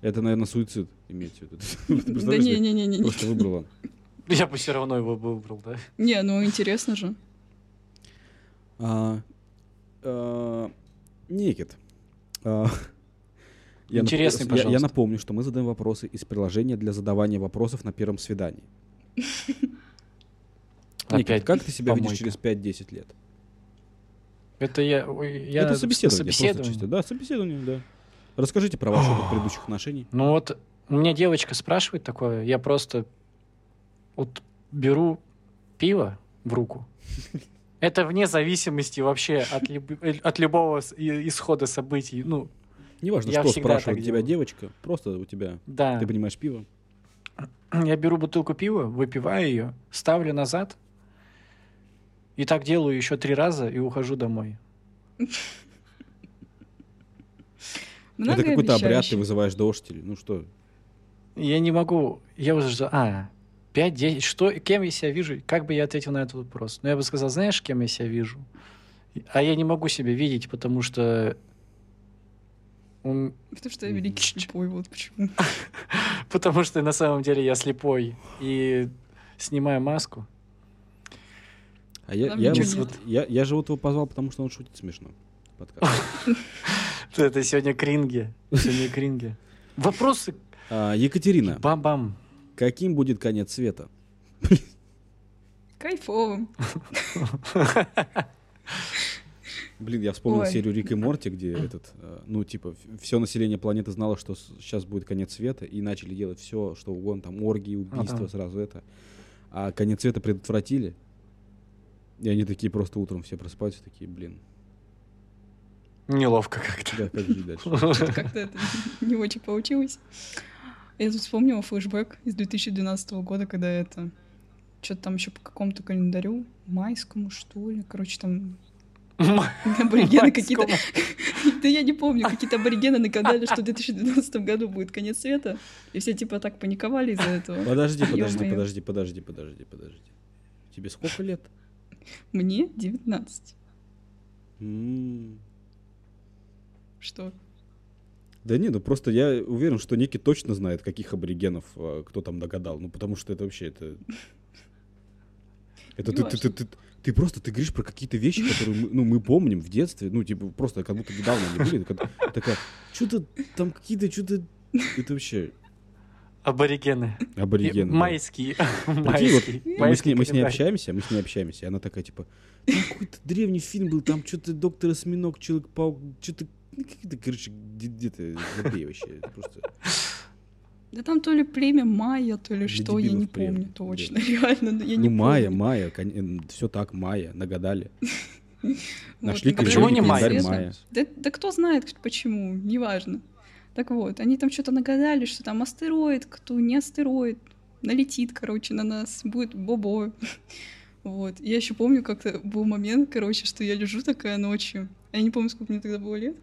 Speaker 1: Это, наверное, суицид имеется в виду. Ты
Speaker 3: Да
Speaker 1: представляешь,
Speaker 3: не, не, не, не,
Speaker 1: я Просто
Speaker 3: не.
Speaker 1: выбрала.
Speaker 2: я бы все равно его выбрал, да?
Speaker 3: Не, ну интересно же.
Speaker 1: А, а, Никит. а, я нап-
Speaker 2: Интересный,
Speaker 1: я- Я
Speaker 2: пожалуйста.
Speaker 1: напомню, что мы задаем вопросы из приложения для задавания вопросов на первом свидании. Никит, как ты себя видишь
Speaker 2: помойка.
Speaker 1: через 5-10 лет?
Speaker 2: Это я... ой, я
Speaker 1: Это
Speaker 2: с-
Speaker 1: собеседование. просто
Speaker 2: собеседование.
Speaker 1: чисто. Да, собеседование, да. Расскажите про ваш опыт предыдущих отношений.
Speaker 2: Ну вот, у меня девочка спрашивает такое, я просто вот беру пиво в руку. Это вне зависимости вообще от, люб- э, от любого с- и- исхода событий. Ну,
Speaker 1: Неважно,
Speaker 2: Я
Speaker 1: что
Speaker 2: всегда
Speaker 1: спрашивает
Speaker 2: так
Speaker 1: тебя
Speaker 2: делаю.
Speaker 1: девочка, просто у тебя...
Speaker 2: да.
Speaker 1: Ты понимаешь пиво?
Speaker 2: Я беру бутылку пива, выпиваю ее, ставлю назад, и так делаю еще три раза и ухожу домой.
Speaker 1: Это какой-то обряд, ты
Speaker 3: Многообещающе.
Speaker 1: вызываешь дождь или... Ну что,
Speaker 2: Я не могу, я уже... за- А, 5-10, что, кем я себя вижу? Как бы я ответил на этот вопрос? Ну, я бы сказал, знаешь, кем я себя вижу? А я не могу себя видеть, потому что... ум-
Speaker 3: Потому что я великий
Speaker 2: Чш-чш.
Speaker 3: слепой, вот почему.
Speaker 2: Потому что на самом деле я слепой и снимаю маску.
Speaker 1: А я,
Speaker 3: Там
Speaker 1: я,
Speaker 3: ничего
Speaker 1: вот-
Speaker 3: нет.
Speaker 1: я, я же вот его позвал, потому что он шутит смешно. Подкаст.
Speaker 2: Это сегодня кринги. Сегодня кринги. Вопросы
Speaker 1: А, Екатерина,
Speaker 2: бам-бам.
Speaker 1: каким будет конец света?
Speaker 3: Кайфовым.
Speaker 1: Блин, я вспомнил
Speaker 3: Ой.
Speaker 1: серию Рик и Морти, где этот, э, ну, типа, все население планеты знало, что сейчас будет конец света, и начали делать все, что угодно, там, оргии, убийства,
Speaker 2: да.
Speaker 1: сразу это. А конец света предотвратили, и они такие просто утром все просыпаются, такие, блин,
Speaker 2: Неловко как-то.
Speaker 1: да, как жить дальше?
Speaker 3: Что-то как-то это не очень получилось. Я тут вспомнила флешбэк из 2012 года, когда это... Что-то там еще по какому-то календарю, майскому, что ли. Короче, там аборигены какие-то... Да я не помню, какие-то аборигены накидали, что в 2012 году будет конец света. И все типа так паниковали из-за этого.
Speaker 1: Подожди, подожди,
Speaker 3: Ё-моё.
Speaker 1: подожди, подожди, подожди, подожди. Тебе сколько лет?
Speaker 3: Мне 19.
Speaker 1: М.
Speaker 3: Что?
Speaker 1: Да не, ну просто я уверен, что Ники точно знает, каких аборигенов э, кто там догадал. Ну потому что это вообще это... Это
Speaker 3: Не
Speaker 1: ты, ты, ты,
Speaker 3: важно.
Speaker 1: ты, ты просто ты говоришь про какие-то вещи, которые мы, ну, мы помним в детстве, ну, типа, просто как будто недавно они были. Такая- Такая, что-то там какие-то, что-то... Это вообще
Speaker 2: Аборигены. И
Speaker 1: аборигены. да.
Speaker 2: Майские.
Speaker 1: Прикинь, вот
Speaker 2: Майские.
Speaker 1: мы с, ней,
Speaker 2: майский
Speaker 1: мы с ней
Speaker 2: календарь.
Speaker 1: общаемся, мы с ней общаемся, и она такая, типа, «Там какой-то древний фильм был, там что-то доктор Осьминог, Человек-паук, что-то, ну, какие-то, короче, где- где-то забей вообще. это Просто...
Speaker 3: Да там то ли племя майя, то ли
Speaker 1: Для
Speaker 3: что, я не
Speaker 1: дебилов племя,
Speaker 3: помню
Speaker 1: да.
Speaker 3: точно, реально, да, я не
Speaker 1: Ну, Майя,
Speaker 3: помню.
Speaker 1: Майя, все эм, так, Майя, нагадали.
Speaker 3: Вот,
Speaker 1: Нашли
Speaker 3: ну,
Speaker 1: календарь,
Speaker 2: почему не
Speaker 1: календарь
Speaker 2: Майя?
Speaker 1: Майя.
Speaker 3: Да, да кто знает, почему, неважно. Так вот, они там что-то нагадали, что там астероид, кто не астероид, налетит, короче, на нас, будет бобо. Вот. Я еще помню, как-то был момент, короче, что я лежу такая ночью. Я не помню, сколько мне тогда было лет.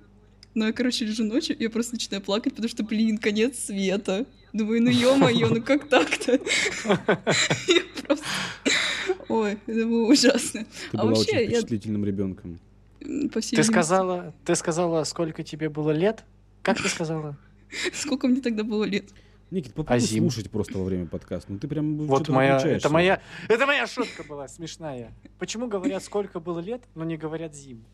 Speaker 3: Но я, короче, лежу ночью, и я просто начинаю плакать, потому что, блин, конец света. Думаю, ну ё-моё, ну как так-то? Я просто... Ой, это было ужасно.
Speaker 1: Ты
Speaker 3: А
Speaker 1: была
Speaker 3: вообще,
Speaker 1: очень
Speaker 3: я-
Speaker 1: впечатлительным ребенком.
Speaker 3: М, По всей
Speaker 2: Ты
Speaker 3: видимости.
Speaker 2: сказала, ты сказала, сколько тебе было лет? Как ты сказала?
Speaker 3: Сколько мне тогда было лет?
Speaker 1: Никит, попробуй
Speaker 2: Азим.
Speaker 1: слушать просто во время подкаста. Ну ты прям
Speaker 2: Вот
Speaker 1: что-то
Speaker 2: моя,
Speaker 1: выключаешься.
Speaker 2: это моя, это моя шутка была смешная. Почему говорят, сколько было лет, но не говорят зим?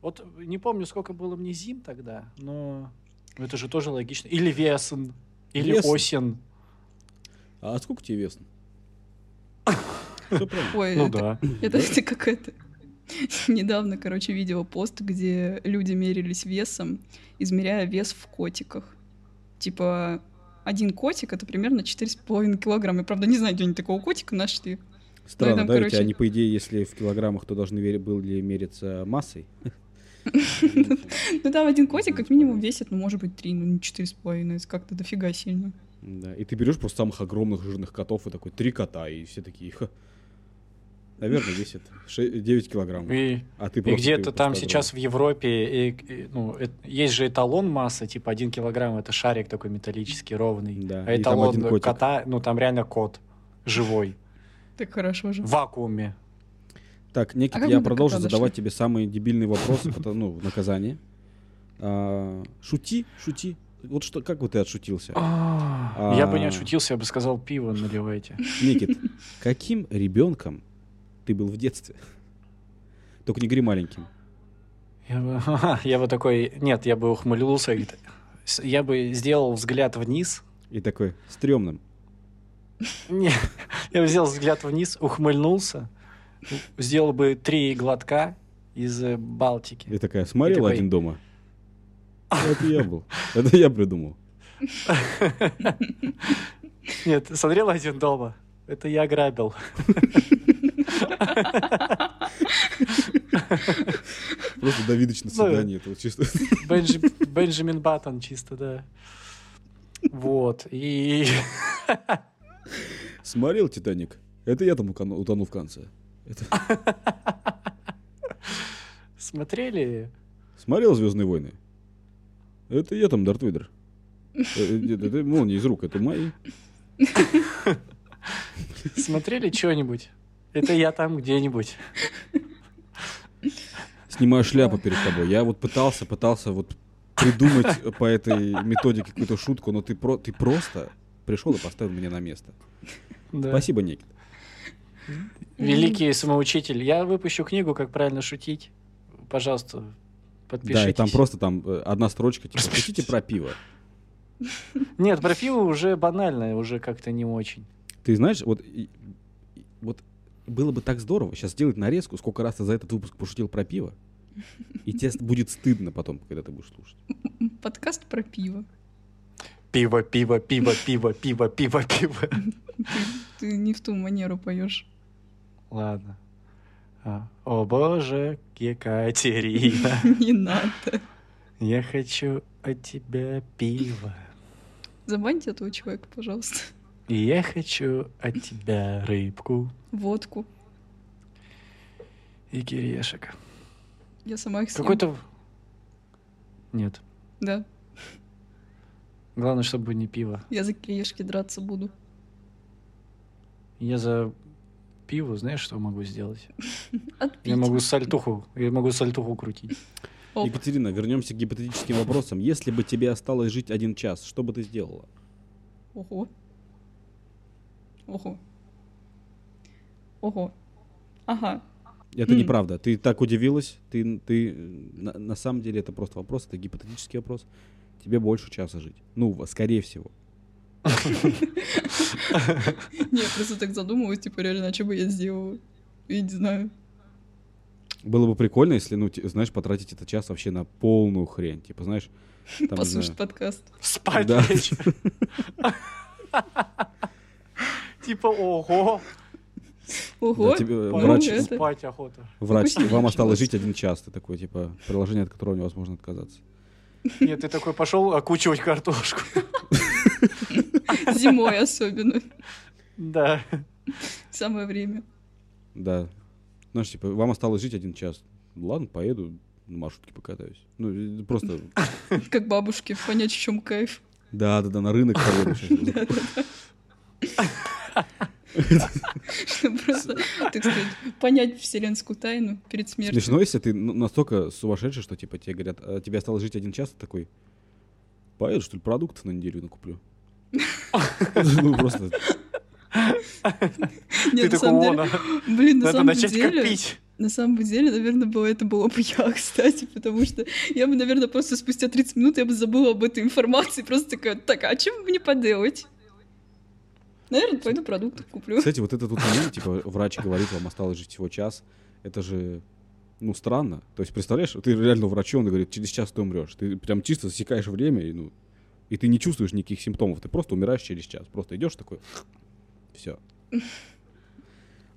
Speaker 2: Вот не помню, сколько было мне зим тогда, но ну, это же тоже логично. Или весен, или
Speaker 1: Весен.
Speaker 2: осен.
Speaker 1: А сколько тебе весно? Всё правильно.
Speaker 3: Ой,
Speaker 2: Ну
Speaker 3: это,
Speaker 2: да.
Speaker 3: это, это как это. Недавно, короче, видела пост, где люди мерились весом, измеряя вес в котиках. Типа, один котик — это примерно 4,5 килограмма. Я, правда, не знаю, где они такого котика нашли.
Speaker 1: Странно,
Speaker 3: там,
Speaker 1: да? ведь
Speaker 3: ну, короче-
Speaker 1: они, по идее, если в килограммах, то должны вери- были мериться массой.
Speaker 3: Ну, там один котик как минимум весит, ну, может быть, 3, ну, не 4,5. Это как-то дофига сильно.
Speaker 1: Да, и ты берешь просто самых огромных жирных котов и такой, три кота, и все такие, «Ха». Наверное, весит ше- 9 килограммов.
Speaker 2: И,
Speaker 1: А ты
Speaker 2: и
Speaker 1: просто- ты
Speaker 2: где-то там
Speaker 1: просто
Speaker 2: сейчас в Европе, и- и, ну, э- есть же эталон массы, типа один килограмм, это шарик такой металлический, ровный.
Speaker 1: Да,
Speaker 2: А
Speaker 1: и там один
Speaker 2: эталон
Speaker 1: котик.
Speaker 2: кота, ну там реально кот живой,
Speaker 3: Так хорошо же.
Speaker 2: в вакууме.
Speaker 1: огромный. Так, Никит,
Speaker 3: как
Speaker 1: я
Speaker 3: мы до
Speaker 1: продолжу
Speaker 3: кота
Speaker 1: задавать тебе самые дебильные вопросы, потому- ну, в наказание. А, Шути, шути. Вот что, как бы ты отшутился?
Speaker 2: А. Я бы не
Speaker 1: А.
Speaker 2: отшутился, я бы сказал, пиво наливайте.
Speaker 1: Никит, каким ребенком ты был в детстве? Только не говори маленьким.
Speaker 2: Я бы, я бы такой, нет, я бы ухмыльнулся, и т- с- я бы сделал взгляд вниз.
Speaker 1: И такой, стрёмным.
Speaker 2: Не, я бы сделал взгляд вниз, ухмыльнулся, сделал бы три глотка из э, Балтики.
Speaker 1: И такая, смотрела
Speaker 2: такой-
Speaker 1: один дома. Это я был. Это я придумал.
Speaker 2: Нет, смотрел один дома. Это я грабил.
Speaker 1: Просто Давидыч на
Speaker 2: Ну,
Speaker 1: свидании. Это вот чисто.
Speaker 2: Бенджи- Бенджамин Баттон чисто, да. Вот. И
Speaker 1: Смотрел «Титаник»? Это я там укану- утонул в конце. Это-
Speaker 2: смотрели
Speaker 1: Смотрел «Звездные войны»? Это я там Дарт Вейдер. Э, э, Нет, это молния из рук, это мои.
Speaker 2: смотрели что-нибудь? Это я там где-нибудь.
Speaker 1: Снимаю шляпу перед тобой. Я вот пытался, пытался вот придумать э, по этой методике какую-то шутку, но ты, про, ты просто пришел и поставил меня на место.
Speaker 2: Да.
Speaker 1: Спасибо, Никит.
Speaker 2: Великий самоучитель. Я выпущу книгу, как правильно шутить. Пожалуйста, подпишитесь.
Speaker 1: Да, и там просто там э, одна строчка, типа, шутите про пиво.
Speaker 2: Нет, про пиво уже банально, уже как-то не очень.
Speaker 1: Ты знаешь, вот, и- и- вот было бы так здорово сейчас сделать нарезку, сколько раз ты за этот выпуск пошутил про пиво, и тебе с- будет стыдно потом, когда ты будешь слушать.
Speaker 3: М, Подкаст про пиво.
Speaker 2: Пиво, пиво, пиво, пиво, пиво, пиво, пиво.
Speaker 3: Ты, ты не в ту манеру поешь.
Speaker 2: Ладно. А, О боже, Екатерина,
Speaker 3: Не надо.
Speaker 2: я хочу от тебя пива.
Speaker 3: Забаньте этого человека, пожалуйста.
Speaker 2: И я хочу от тебя рыбку
Speaker 3: Водку.
Speaker 2: и кирешек.
Speaker 3: Я сама их съем.
Speaker 2: Какой-то... Нет.
Speaker 3: Да,
Speaker 2: Главное, чтобы не пиво.
Speaker 3: я за кирешки драться буду.
Speaker 2: Я за пиво, знаешь, что могу сделать?
Speaker 3: Отпить.
Speaker 2: Я могу сальтуху, я могу сальтуху крутить.
Speaker 3: Оп.
Speaker 1: Екатерина, вернемся к гипотетическим вопросам. Если бы тебе осталось жить один час, что бы ты сделала?
Speaker 3: Ого. Ого. Ого. Ага.
Speaker 1: Это
Speaker 3: М.
Speaker 1: неправда. Ты так удивилась. Ты, ты на, на самом деле это просто вопрос, это гипотетический вопрос. Тебе больше часа жить. Ну, во- скорее всего.
Speaker 3: Не, я просто так задумываюсь, типа, реально, а что бы я сделала? Я не знаю.
Speaker 1: Было бы прикольно, если, ну, те- знаешь, потратить этот час вообще на полную хрень. Типа, знаешь, там, не
Speaker 3: Послушать
Speaker 1: знаю,
Speaker 3: подкаст.
Speaker 2: Спать
Speaker 1: Да.
Speaker 2: лечь. Типа, ого,
Speaker 3: Ого,
Speaker 1: да, тебе
Speaker 3: ну
Speaker 1: врач-
Speaker 3: это-
Speaker 2: спать охота.
Speaker 1: врач,
Speaker 3: Ой,
Speaker 1: вам осталось
Speaker 3: ничего
Speaker 1: жить один час. Ты такой, типа, приложение, от которого невозможно отказаться.
Speaker 2: Нет, ты такой пошел окучивать картошку.
Speaker 3: зимой особенно.
Speaker 2: Да.
Speaker 3: Самое время.
Speaker 1: Да. Знаешь, типа, вам осталось жить один час. Ладно, поеду, на маршрутке покатаюсь. Ну, э, просто,
Speaker 3: Как бабушки, понять, в чем кайф.
Speaker 1: да-да-да, на рынок поеду сейчас.
Speaker 3: Чтобы Просто, так сказать, понять вселенскую тайну перед смертью.
Speaker 1: Смешно, если ты ну, настолько сумасшедший, что типа тебе говорят, «А, тебе осталось жить один час, ты такой, поеду, что ли, продуктов на неделю накуплю? Ну, просто,
Speaker 3: Нет,
Speaker 2: Ты
Speaker 3: на
Speaker 2: такой,
Speaker 3: самом
Speaker 2: о,
Speaker 3: деле,
Speaker 2: на-
Speaker 3: блин, на
Speaker 2: надо
Speaker 3: самом
Speaker 2: начать
Speaker 3: деле,
Speaker 2: копить.
Speaker 3: на самом деле, наверное, было, это было бы я, кстати, потому что я бы, наверное, просто спустя 30 минут я бы забыла об этой информации, просто такая, так, а чем мне поделать? Наверное, пойду продукты куплю.
Speaker 1: кстати, вот этот вот момент, типа, врач говорит, вам осталось жить всего час, это же, ну, странно. То есть, представляешь, ты реально у врача, он говорит, через час ты умрешь. Ты прям чисто засекаешь время, и, ну, и ты не чувствуешь никаких симптомов, ты просто умираешь через час. Просто идешь такой, все.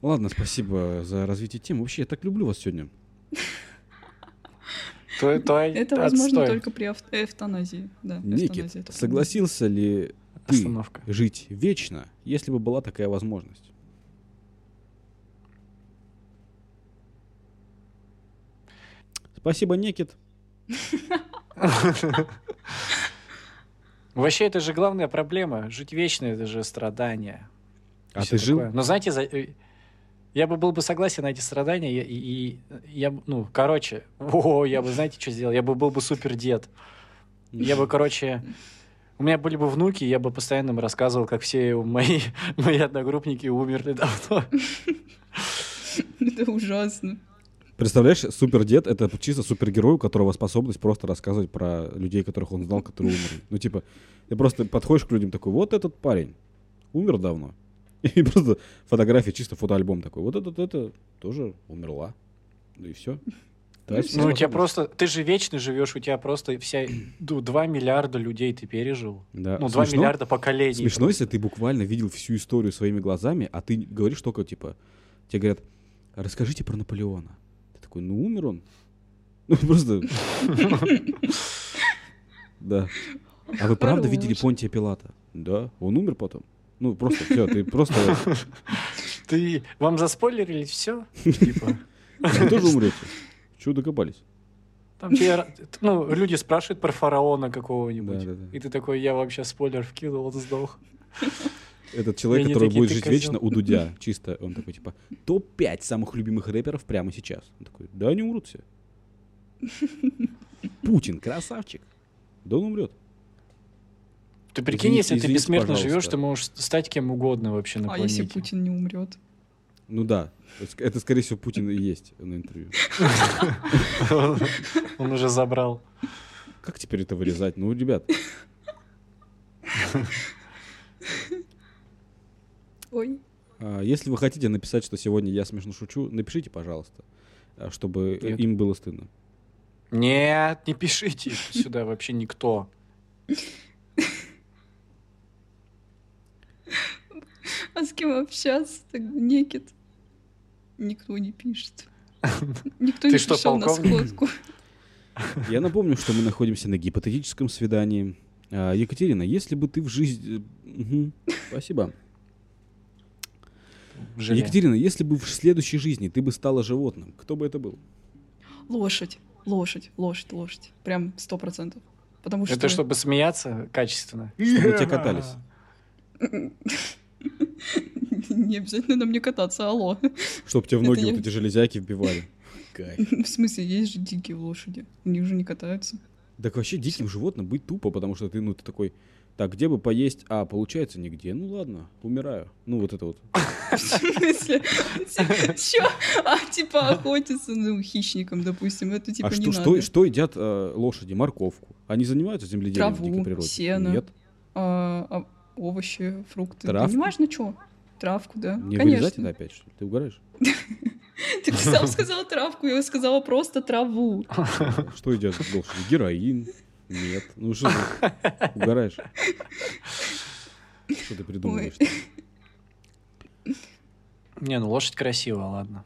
Speaker 1: Ладно, спасибо за развитие темы. Вообще, я так люблю вас сегодня.
Speaker 2: То- то
Speaker 3: Это
Speaker 2: отстой.
Speaker 3: возможно только при авт- э, эвтаназии. Да, эвтаназия
Speaker 1: Никит,
Speaker 3: это
Speaker 1: согласился ли ты
Speaker 2: Остановка.
Speaker 1: жить вечно, если бы была такая возможность? Спасибо, Никит.
Speaker 2: Вообще, это же главная проблема. Жить вечно — это же страдание.
Speaker 1: А
Speaker 2: Всё
Speaker 1: ты жил?
Speaker 2: такое. Но знаете, за- э, я бы был бы согласен на эти страдания, я- и, и я, б- ну, короче, о, я бы, знаете, что сделал? Я бы был бы супер дед. Я бы, короче, у меня были бы внуки, я бы постоянно им рассказывал, как все мои, мои одногруппники умерли давно.
Speaker 3: Это ужасно.
Speaker 1: Представляешь, супердед — это чисто супергерой, у которого способность просто рассказывать про людей, которых он знал, которые умерли. Ну, типа, ты просто подходишь к людям такой, вот этот парень умер давно. И просто фотографии, чисто фотоальбом такой. Вот этот, это тоже умерла. Ну и все.
Speaker 2: Ну, у тебя просто, ты же вечно живешь, у тебя просто вся, ну, 2 миллиарда людей ты пережил.
Speaker 1: Да.
Speaker 2: Ну, 2
Speaker 1: А, Смешно?
Speaker 2: миллиарда поколений.
Speaker 1: Смешно, если ты буквально видел всю историю своими глазами, а ты говоришь только, типа, тебе говорят, расскажите про Наполеона. Ты такой, ну, умер он. Ну, просто... Да. А вы правда
Speaker 3: Хорош.
Speaker 1: видели Понтия Пилата? Да, он умер потом. Ну, просто все, ты просто...
Speaker 2: Ты, вам заспойлерили Типа, все?
Speaker 1: Вы тоже умрете. Чего докопались?
Speaker 2: Там тебе, ра- ну, люди спрашивают про фараона какого-нибудь.
Speaker 1: Да-да-да.
Speaker 2: И ты такой, я вообще спойлер вкинул, он сдох.
Speaker 1: Этот человек,
Speaker 2: И они
Speaker 1: который
Speaker 2: такие,
Speaker 1: будет
Speaker 2: «Ты
Speaker 1: жить
Speaker 2: козёл».
Speaker 1: вечно у Дудя, чисто, он такой, типа, топ-5 самых любимых рэперов прямо сейчас. Он такой, да они умрут все. Путин, красавчик. Да он умрет.
Speaker 2: Ты прикинь,
Speaker 1: Извините-
Speaker 2: если ты
Speaker 1: извините,
Speaker 2: бессмертно
Speaker 1: пожалуйста.
Speaker 2: живешь, ты можешь стать кем угодно вообще на
Speaker 3: А если
Speaker 2: планете.
Speaker 3: Путин не умрет?
Speaker 1: Ну да, это ск- это, скорее всего, Путин и есть на интервью.
Speaker 2: Он уже забрал.
Speaker 1: Как теперь это вырезать? Ну, ребят,
Speaker 3: Ой.
Speaker 1: а, если вы хотите написать, что сегодня я смешно шучу, напишите, пожалуйста, а, чтобы э,
Speaker 2: Нет.
Speaker 1: им было стыдно.
Speaker 2: Нет, не пишите сюда вообще никто.
Speaker 3: А с кем общаться? Так некит. Никто не пишет. Никто
Speaker 2: Ты
Speaker 3: не
Speaker 2: что,
Speaker 3: пришел на
Speaker 2: полковник?
Speaker 3: сходку.
Speaker 1: Я напомню, что мы находимся на гипотетическом свидании. А, Екатерина, если бы ты в жизни... э, Мгм. Спасибо.
Speaker 2: Жалею.
Speaker 1: Екатерина, если бы в следующей жизни ты бы стала животным, кто бы это был?
Speaker 3: Лошадь, лошадь, лошадь, лошадь. Прям сто процентов. Потому что...
Speaker 2: Это чтобы смеяться качественно.
Speaker 1: ну Чтобы на тебя катались.
Speaker 3: Не обязательно на мне кататься, алло.
Speaker 1: Чтобы тебе в ноги
Speaker 3: Это я-
Speaker 1: вот эти железяки вбивали. Кайф.
Speaker 3: В смысле, есть же дикие лошади. Они уже не катаются.
Speaker 1: Так вообще диким животным быть тупо, потому что ты, ну, ты такой, Так, где бы поесть? А, получается, нигде. Ну ладно, умираю. Ну вот это вот.
Speaker 3: А В смысле? Чё? А типа охотиться, ну, хищником, допустим, это типа
Speaker 1: а
Speaker 3: не
Speaker 1: что, что,
Speaker 3: надо.
Speaker 1: что едят э, лошади? Морковку. Они занимаются земледелием в дикой
Speaker 3: Траву,
Speaker 1: природе?
Speaker 3: сено.
Speaker 1: Нет.
Speaker 3: А, а овощи, фрукты.
Speaker 1: Травку?
Speaker 3: Понимаешь, на чё? Травку, да.
Speaker 1: Не вырезать это
Speaker 3: Ну, Конечно.
Speaker 1: опять, что ли? Ты угораешь?
Speaker 3: Ты сам сказал травку, я сказала просто траву.
Speaker 1: Что едят лошади? Героин? Нет. Ну что ты угораешь? Что ты придумываешь?
Speaker 2: Не, ну лошадь красивая, ладно.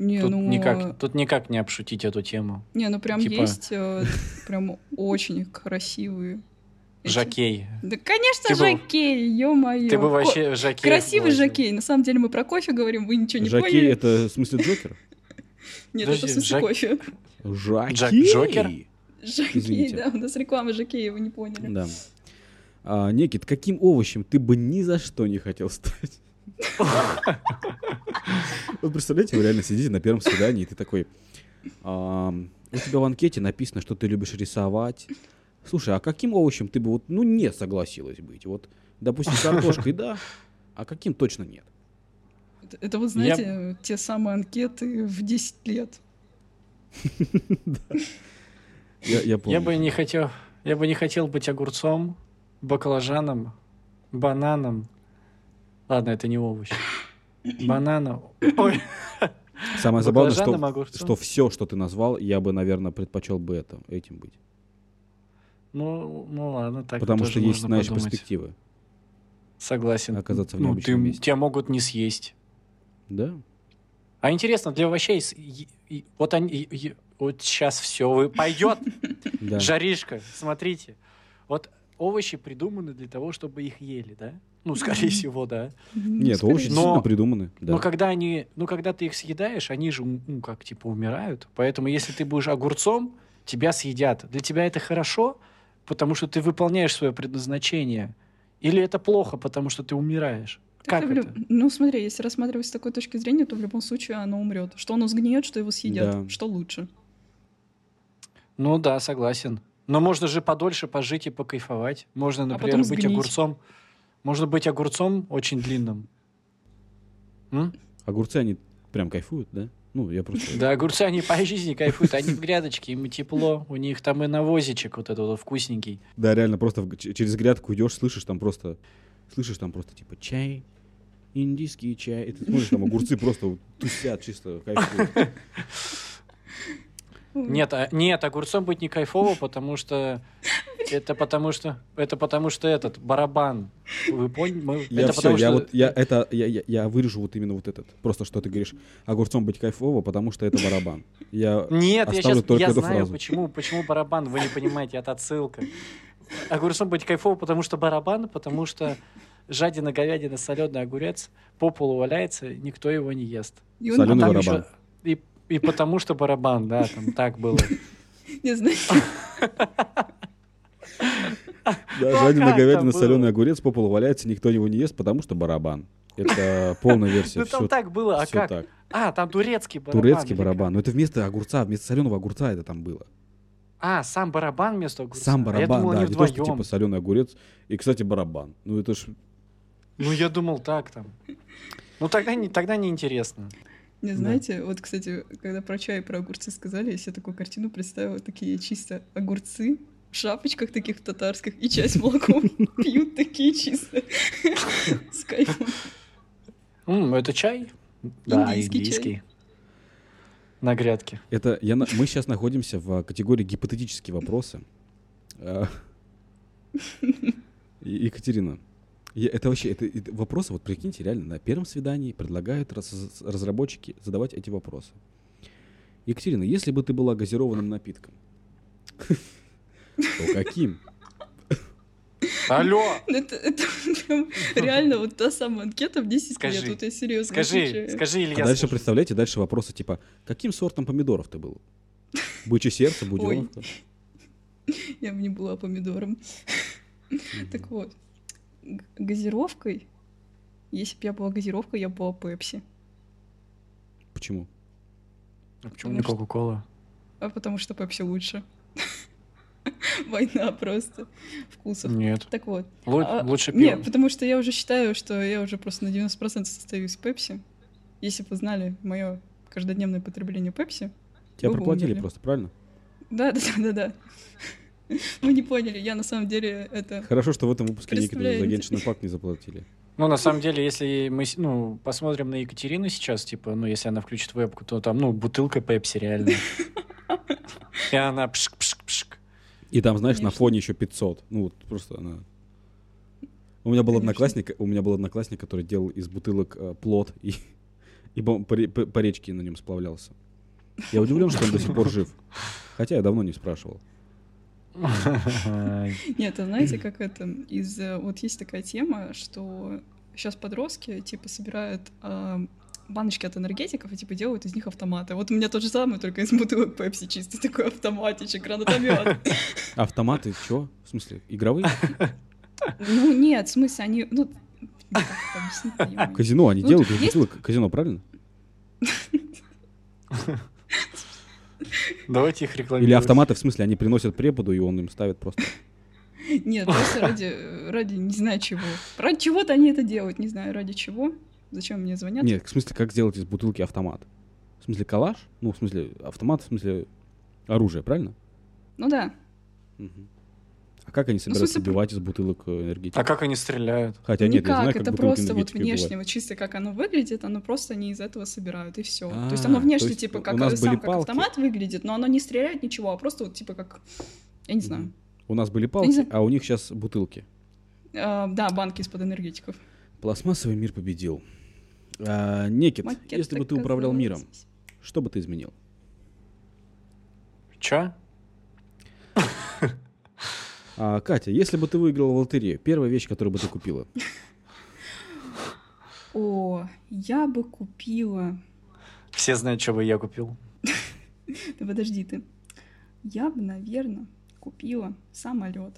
Speaker 3: Не,
Speaker 2: Тут,
Speaker 3: ну,
Speaker 2: никак,
Speaker 3: а,
Speaker 2: тут никак не обшутить эту тему.
Speaker 3: не, ну прям
Speaker 2: типа-
Speaker 3: есть э, прям очень красивые. эти-
Speaker 2: Жакей.
Speaker 3: Да, конечно,
Speaker 2: Ты бы-
Speaker 3: жакей, ё-моё.
Speaker 2: Ты бы
Speaker 3: Ко-
Speaker 2: вообще жакей.
Speaker 3: Красивый
Speaker 2: возил.
Speaker 3: жакей. На самом деле мы про кофе говорим, вы ничего не
Speaker 1: Жакей —
Speaker 3: поняли.
Speaker 1: это в смысле Джокер?
Speaker 3: Нет,
Speaker 2: Подожди,
Speaker 3: это в смысле
Speaker 2: жак-
Speaker 3: кофе.
Speaker 1: Жакей!
Speaker 2: Джокер?
Speaker 3: Жакей,
Speaker 1: Извините.
Speaker 3: да, у нас реклама жакея, вы не поняли.
Speaker 1: Да. А, Никит, каким овощем ты бы ни за что не хотел стать? Вот представляете, вы реально сидите на первом свидании, и ты такой... ам, У тебя в анкете написано, что ты любишь рисовать. Слушай, а каким овощем ты бы вот, ну, не согласилась быть? Вот, допустим, картошкой, да, а каким точно нет?
Speaker 3: Это, это вот, знаете, те самые анкеты в 10 лет.
Speaker 1: Я, я помню.
Speaker 2: Я бы не хотел, я бы не хотел быть огурцом, баклажаном, бананом. Ладно, это не овощ. Бананом. Ой,
Speaker 1: Самое забавное,
Speaker 2: баклажаном,
Speaker 1: что,
Speaker 2: огурцом.
Speaker 1: что все, что ты назвал, я бы, наверное, предпочел бы это, этим быть.
Speaker 2: Ну, ну ладно, так
Speaker 1: Потому
Speaker 2: тоже
Speaker 1: что есть,
Speaker 2: можно
Speaker 1: знаешь,
Speaker 2: подумать.
Speaker 1: перспективы.
Speaker 2: Согласен.
Speaker 1: оказаться в
Speaker 2: ну,
Speaker 1: необычном
Speaker 2: ты-
Speaker 1: месте.
Speaker 2: Тебя могут не съесть.
Speaker 1: Да?
Speaker 2: А интересно, для овощей с- и- и- вот они и- и- вот сейчас все вы пойдет.
Speaker 1: Да.
Speaker 2: Жаришка, смотрите. Вот овощи придуманы для того, чтобы их ели, да? Ну, скорее всего, да.
Speaker 1: Нет, овощи
Speaker 2: Но-
Speaker 3: Ну, Скорее всего.
Speaker 1: действительно придуманы. Да.
Speaker 2: Но когда они, ну, когда ты их съедаешь, они же, ну, как, типа, умирают. Поэтому, если ты будешь огурцом, тебя съедят. Для тебя это хорошо, потому что ты выполняешь свое предназначение. Или это плохо, потому что ты умираешь.
Speaker 3: Так
Speaker 2: как
Speaker 3: и в лю-
Speaker 2: это?
Speaker 3: Ну, смотри, если рассматривать с такой точки зрения, то в любом случае оно умрет. Что оно сгниет, что его съедят.
Speaker 1: Да.
Speaker 3: Что лучше?
Speaker 2: Ну да, согласен. Но можно же подольше пожить и покайфовать. Можно, например,
Speaker 3: А потом
Speaker 2: быть
Speaker 3: сгнить.
Speaker 2: огурцом. Можно быть огурцом очень длинным. М?
Speaker 1: Огурцы, они прям кайфуют, да? Ну, я просто...
Speaker 2: Да, огурцы, они по жизни кайфуют, они в грядочке, им и тепло. У них там и навозичек вот этот вот вкусненький.
Speaker 1: Да, реально, просто в- ч- через грядку идешь, слышишь там просто... Слышишь там просто, типа, чай, индийский чай. И ты смотришь, там огурцы просто вот тусят чисто, кайфуют.
Speaker 2: Нет, а- нет, огурцом быть не кайфово, потому что это потому что это потому что этот барабан. Вы поняли? Мы-
Speaker 1: Я
Speaker 2: это
Speaker 1: все,
Speaker 2: потому
Speaker 1: я
Speaker 2: что-
Speaker 1: вот, я это, я, я, я вырежу вот именно вот этот. Просто что ты говоришь, огурцом быть кайфово, потому что это барабан. Я...
Speaker 2: Нет, я
Speaker 1: оставлю
Speaker 2: сейчас
Speaker 1: только
Speaker 2: я
Speaker 1: эту
Speaker 2: знаю,
Speaker 1: фразу.
Speaker 2: почему почему барабан. Вы не понимаете, это отсылка. Огурцом быть кайфово, потому что барабан, потому что жадина говядина соленый огурец по полу валяется, никто его не ест.
Speaker 3: И
Speaker 2: А
Speaker 3: он-
Speaker 1: Соленый
Speaker 2: там
Speaker 1: барабан.
Speaker 2: ещё- И, и потому что барабан, да, там так было.
Speaker 3: Не знаю.
Speaker 1: Да,
Speaker 2: Ну, а
Speaker 1: жареная
Speaker 2: как
Speaker 1: говядина,
Speaker 2: там было?
Speaker 1: соленый огурец по полу валяется, никто его не ест, потому что барабан. Это полная версия.
Speaker 2: Ну там
Speaker 1: всё-
Speaker 2: так было, а
Speaker 1: всё
Speaker 2: как?
Speaker 1: так.
Speaker 2: А, там турецкий барабан.
Speaker 1: Турецкий
Speaker 2: или как?
Speaker 1: барабан. Но это вместо огурца, вместо соленого огурца это там было.
Speaker 2: А, сам барабан вместо огурца.
Speaker 1: Сам
Speaker 2: А
Speaker 1: барабан,
Speaker 2: я думал,
Speaker 1: да,
Speaker 2: они
Speaker 1: не то, что
Speaker 2: вдвоем.
Speaker 1: типа соленый огурец. И, кстати, барабан. Ну это ж...
Speaker 2: Ну, я думал так там. Ну, тогда, не, тогда неинтересно.
Speaker 3: Не
Speaker 2: Да.
Speaker 3: знаете, вот, кстати, когда про чай и про огурцы сказали, я себе такую картину представила, такие чисто огурцы в шапочках таких татарских и чай с молоком пьют такие чисто с кайфом.
Speaker 2: М, это чай? Да,
Speaker 3: Индийский
Speaker 2: индийский. На грядке.
Speaker 1: Это я на- мы сейчас находимся в а, категории гипотетические вопросы. Э, Е- Екатерина, я- это вообще это, это вопросы вот прикиньте реально на первом свидании предлагают раз- разработчики задавать эти вопросы. Екатерина, если бы ты была газированным напитком, то каким?
Speaker 2: Алло!
Speaker 3: Ну, Это, это прям реально вот та самая анкета в 10 лет.
Speaker 2: Скажи,
Speaker 3: Вот я серьезно
Speaker 2: Скажи,
Speaker 3: отвечаю.
Speaker 2: скажи,
Speaker 1: А
Speaker 2: Илья.
Speaker 1: дальше
Speaker 2: скажи.
Speaker 1: представляете, дальше вопросы типа каким сортом помидоров ты был? Бычье сердце, буденовка.
Speaker 3: Я бы не была помидором. Так вот, г- газировкой, если бы я была газировкой, я бы была пепси.
Speaker 1: Почему?
Speaker 2: А Почему не Кока-Кола?
Speaker 3: А потому что пепси лучше. Война просто вкусов.
Speaker 2: Нет.
Speaker 3: Так вот.
Speaker 2: Лу-
Speaker 3: А,
Speaker 2: Лучше пиво.
Speaker 3: Нет, потому что я уже считаю, что я уже просто на 90% состою из пепси. Если бы вы знали мое каждодневное потребление пепси.
Speaker 1: Тебя
Speaker 3: Вы бы
Speaker 1: проплатили
Speaker 3: умерли.
Speaker 1: просто, правильно?
Speaker 3: Да, да, да, да, да. Вы не поняли, я на самом деле это...
Speaker 1: Хорошо, что в этом выпуске никто за
Speaker 3: Представляете?
Speaker 1: Геншин Пак не заплатили.
Speaker 2: Ну, на самом деле, если мы с- ну, посмотрим на Екатерину сейчас, типа, ну, если она включит вебку, то там, ну, бутылка пепси реально. И она пшик-пшик-пшик.
Speaker 1: И там, знаешь, на
Speaker 3: Конечно.
Speaker 1: фоне еще 500. Ну вот просто она... У меня был
Speaker 3: Конечно.
Speaker 1: одноклассник, у меня был одноклассник, который делал из бутылок э, плод и, и по, по ре- по- по речке на нем сплавлялся. Я удивлен, что он до сих пор жив. Хотя я давно не спрашивал.
Speaker 3: Нет, а знаете, как это? Из... э, Вот есть такая тема, что сейчас подростки, типа, собирают а, баночки от энергетиков и, типа, делают из них автоматы. Вот у меня тот же самый, только из бутылок пепси, чисто такой автоматичек, гранатомет.
Speaker 1: Автоматы, что? В смысле, игровые?
Speaker 3: Ну нет, в смысле, они... Ну, как это объяснить, я не понимаю.
Speaker 1: Казино, они
Speaker 3: Ну,
Speaker 1: делают из
Speaker 3: есть-
Speaker 1: бутылок казино, правильно?
Speaker 2: Давайте их рекламировать.
Speaker 1: Или автоматы, в смысле, они приносят преподу, и он им ставит просто.
Speaker 3: Нет, просто ради, ради не знаю чего. Ради чего-то они это делают, не знаю ради чего. Зачем мне звонят?
Speaker 1: Нет, в смысле, как сделать из бутылки автомат? В смысле, калаш? Ну, в смысле, автомат, в смысле, оружие, правильно?
Speaker 3: Ну да.
Speaker 1: Мгм. А как они собираются
Speaker 3: Ну, смысле,
Speaker 1: убивать из бутылок э, энергетики?
Speaker 2: А как они стреляют?
Speaker 1: Хотя нет, я
Speaker 3: Ну Никак,
Speaker 1: знаю, как
Speaker 3: это
Speaker 1: бутылки
Speaker 3: просто вот
Speaker 1: энергетики
Speaker 3: внешне,
Speaker 1: убивают.
Speaker 3: вот чисто как оно выглядит, оно просто они из этого собирают, и все. то есть
Speaker 1: А,
Speaker 3: оно
Speaker 1: то
Speaker 3: внешне,
Speaker 1: есть
Speaker 3: типа,
Speaker 1: у
Speaker 3: как
Speaker 1: нас
Speaker 3: сам
Speaker 1: были
Speaker 3: как
Speaker 1: палки.
Speaker 3: автомат выглядит, но оно не стреляет ничего, а просто вот типа как. Я не знаю.
Speaker 1: Мгм. У нас были
Speaker 3: не
Speaker 1: палки,
Speaker 3: знаю.
Speaker 1: а у них сейчас бутылки.
Speaker 3: А, да, банки из-под энергетиков.
Speaker 1: Пластмассовый мир победил. А, Некит,
Speaker 3: Макет
Speaker 1: если бы ты управлял
Speaker 3: оказался.
Speaker 1: миром, что бы ты изменил?
Speaker 2: Чё?
Speaker 1: А, Катя, если бы ты выиграла в лотерею, первая вещь, которую бы ты купила?
Speaker 3: О, я бы купила.
Speaker 2: Все знают, что бы я купил.
Speaker 3: Да подожди ты. Я бы, наверное, купила самолет.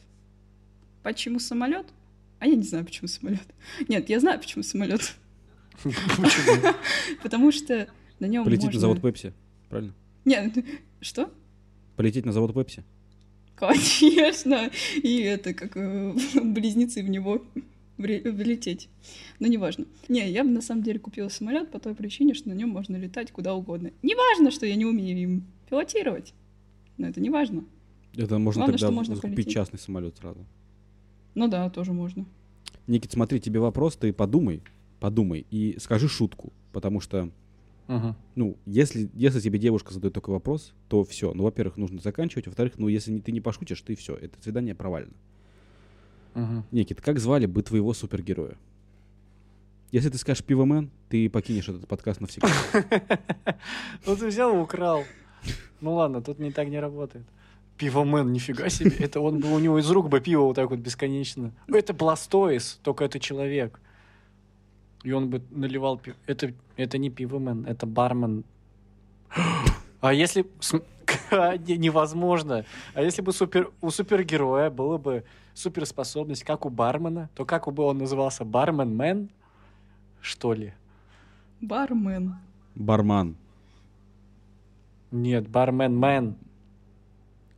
Speaker 3: Почему самолет? А я не знаю, почему самолет. Нет, я знаю, почему самолет.
Speaker 2: Почему?
Speaker 3: Потому что на нем
Speaker 1: Полететь
Speaker 3: Ну, можно...
Speaker 1: на завод Пепси, правильно?
Speaker 3: Нет, что?
Speaker 1: Полететь на завод Пепси?
Speaker 3: Конечно. И это как э, близнецы в него вре- влететь. Но неважно. Не, я бы на самом деле купила самолет по той причине, что на нем можно летать куда угодно. Неважно, что я не умею им пилотировать. Но это не важно.
Speaker 1: Это можно
Speaker 3: Главное,
Speaker 1: тогда
Speaker 3: что можно
Speaker 1: купить
Speaker 3: полететь.
Speaker 1: частный самолет сразу.
Speaker 3: Ну да, тоже можно.
Speaker 1: Никит, смотри, тебе вопрос, ты подумай, подумай и скажи шутку, потому что,
Speaker 2: Мгм.
Speaker 1: ну, если, если тебе девушка задает такой вопрос, то все, ну, во-первых, нужно заканчивать, во-вторых, ну, если не- ты не пошутишь, ты все, это свидание провалено.
Speaker 2: Мгм.
Speaker 1: Никит, как звали бы твоего супергероя? Если ты скажешь пивомен, ты покинешь этот подкаст навсегда.
Speaker 2: Ну ты взял и украл. Ну ладно, тут не так не работает. Пивомен, нифига себе. Это он был у него из рук бы пиво вот так вот бесконечно. Это Бластоис, только это человек. И он бы наливал пиво. Это, это не пивомен, это бармен. А если... б см- Ха, не- Невозможно. А если бы супер... у супергероя было бы суперспособность, как у бармена, то как бы он назывался? Бармен-мен? Что ли?
Speaker 3: Бармен.
Speaker 1: Барман.
Speaker 2: Нет, бармен-мен.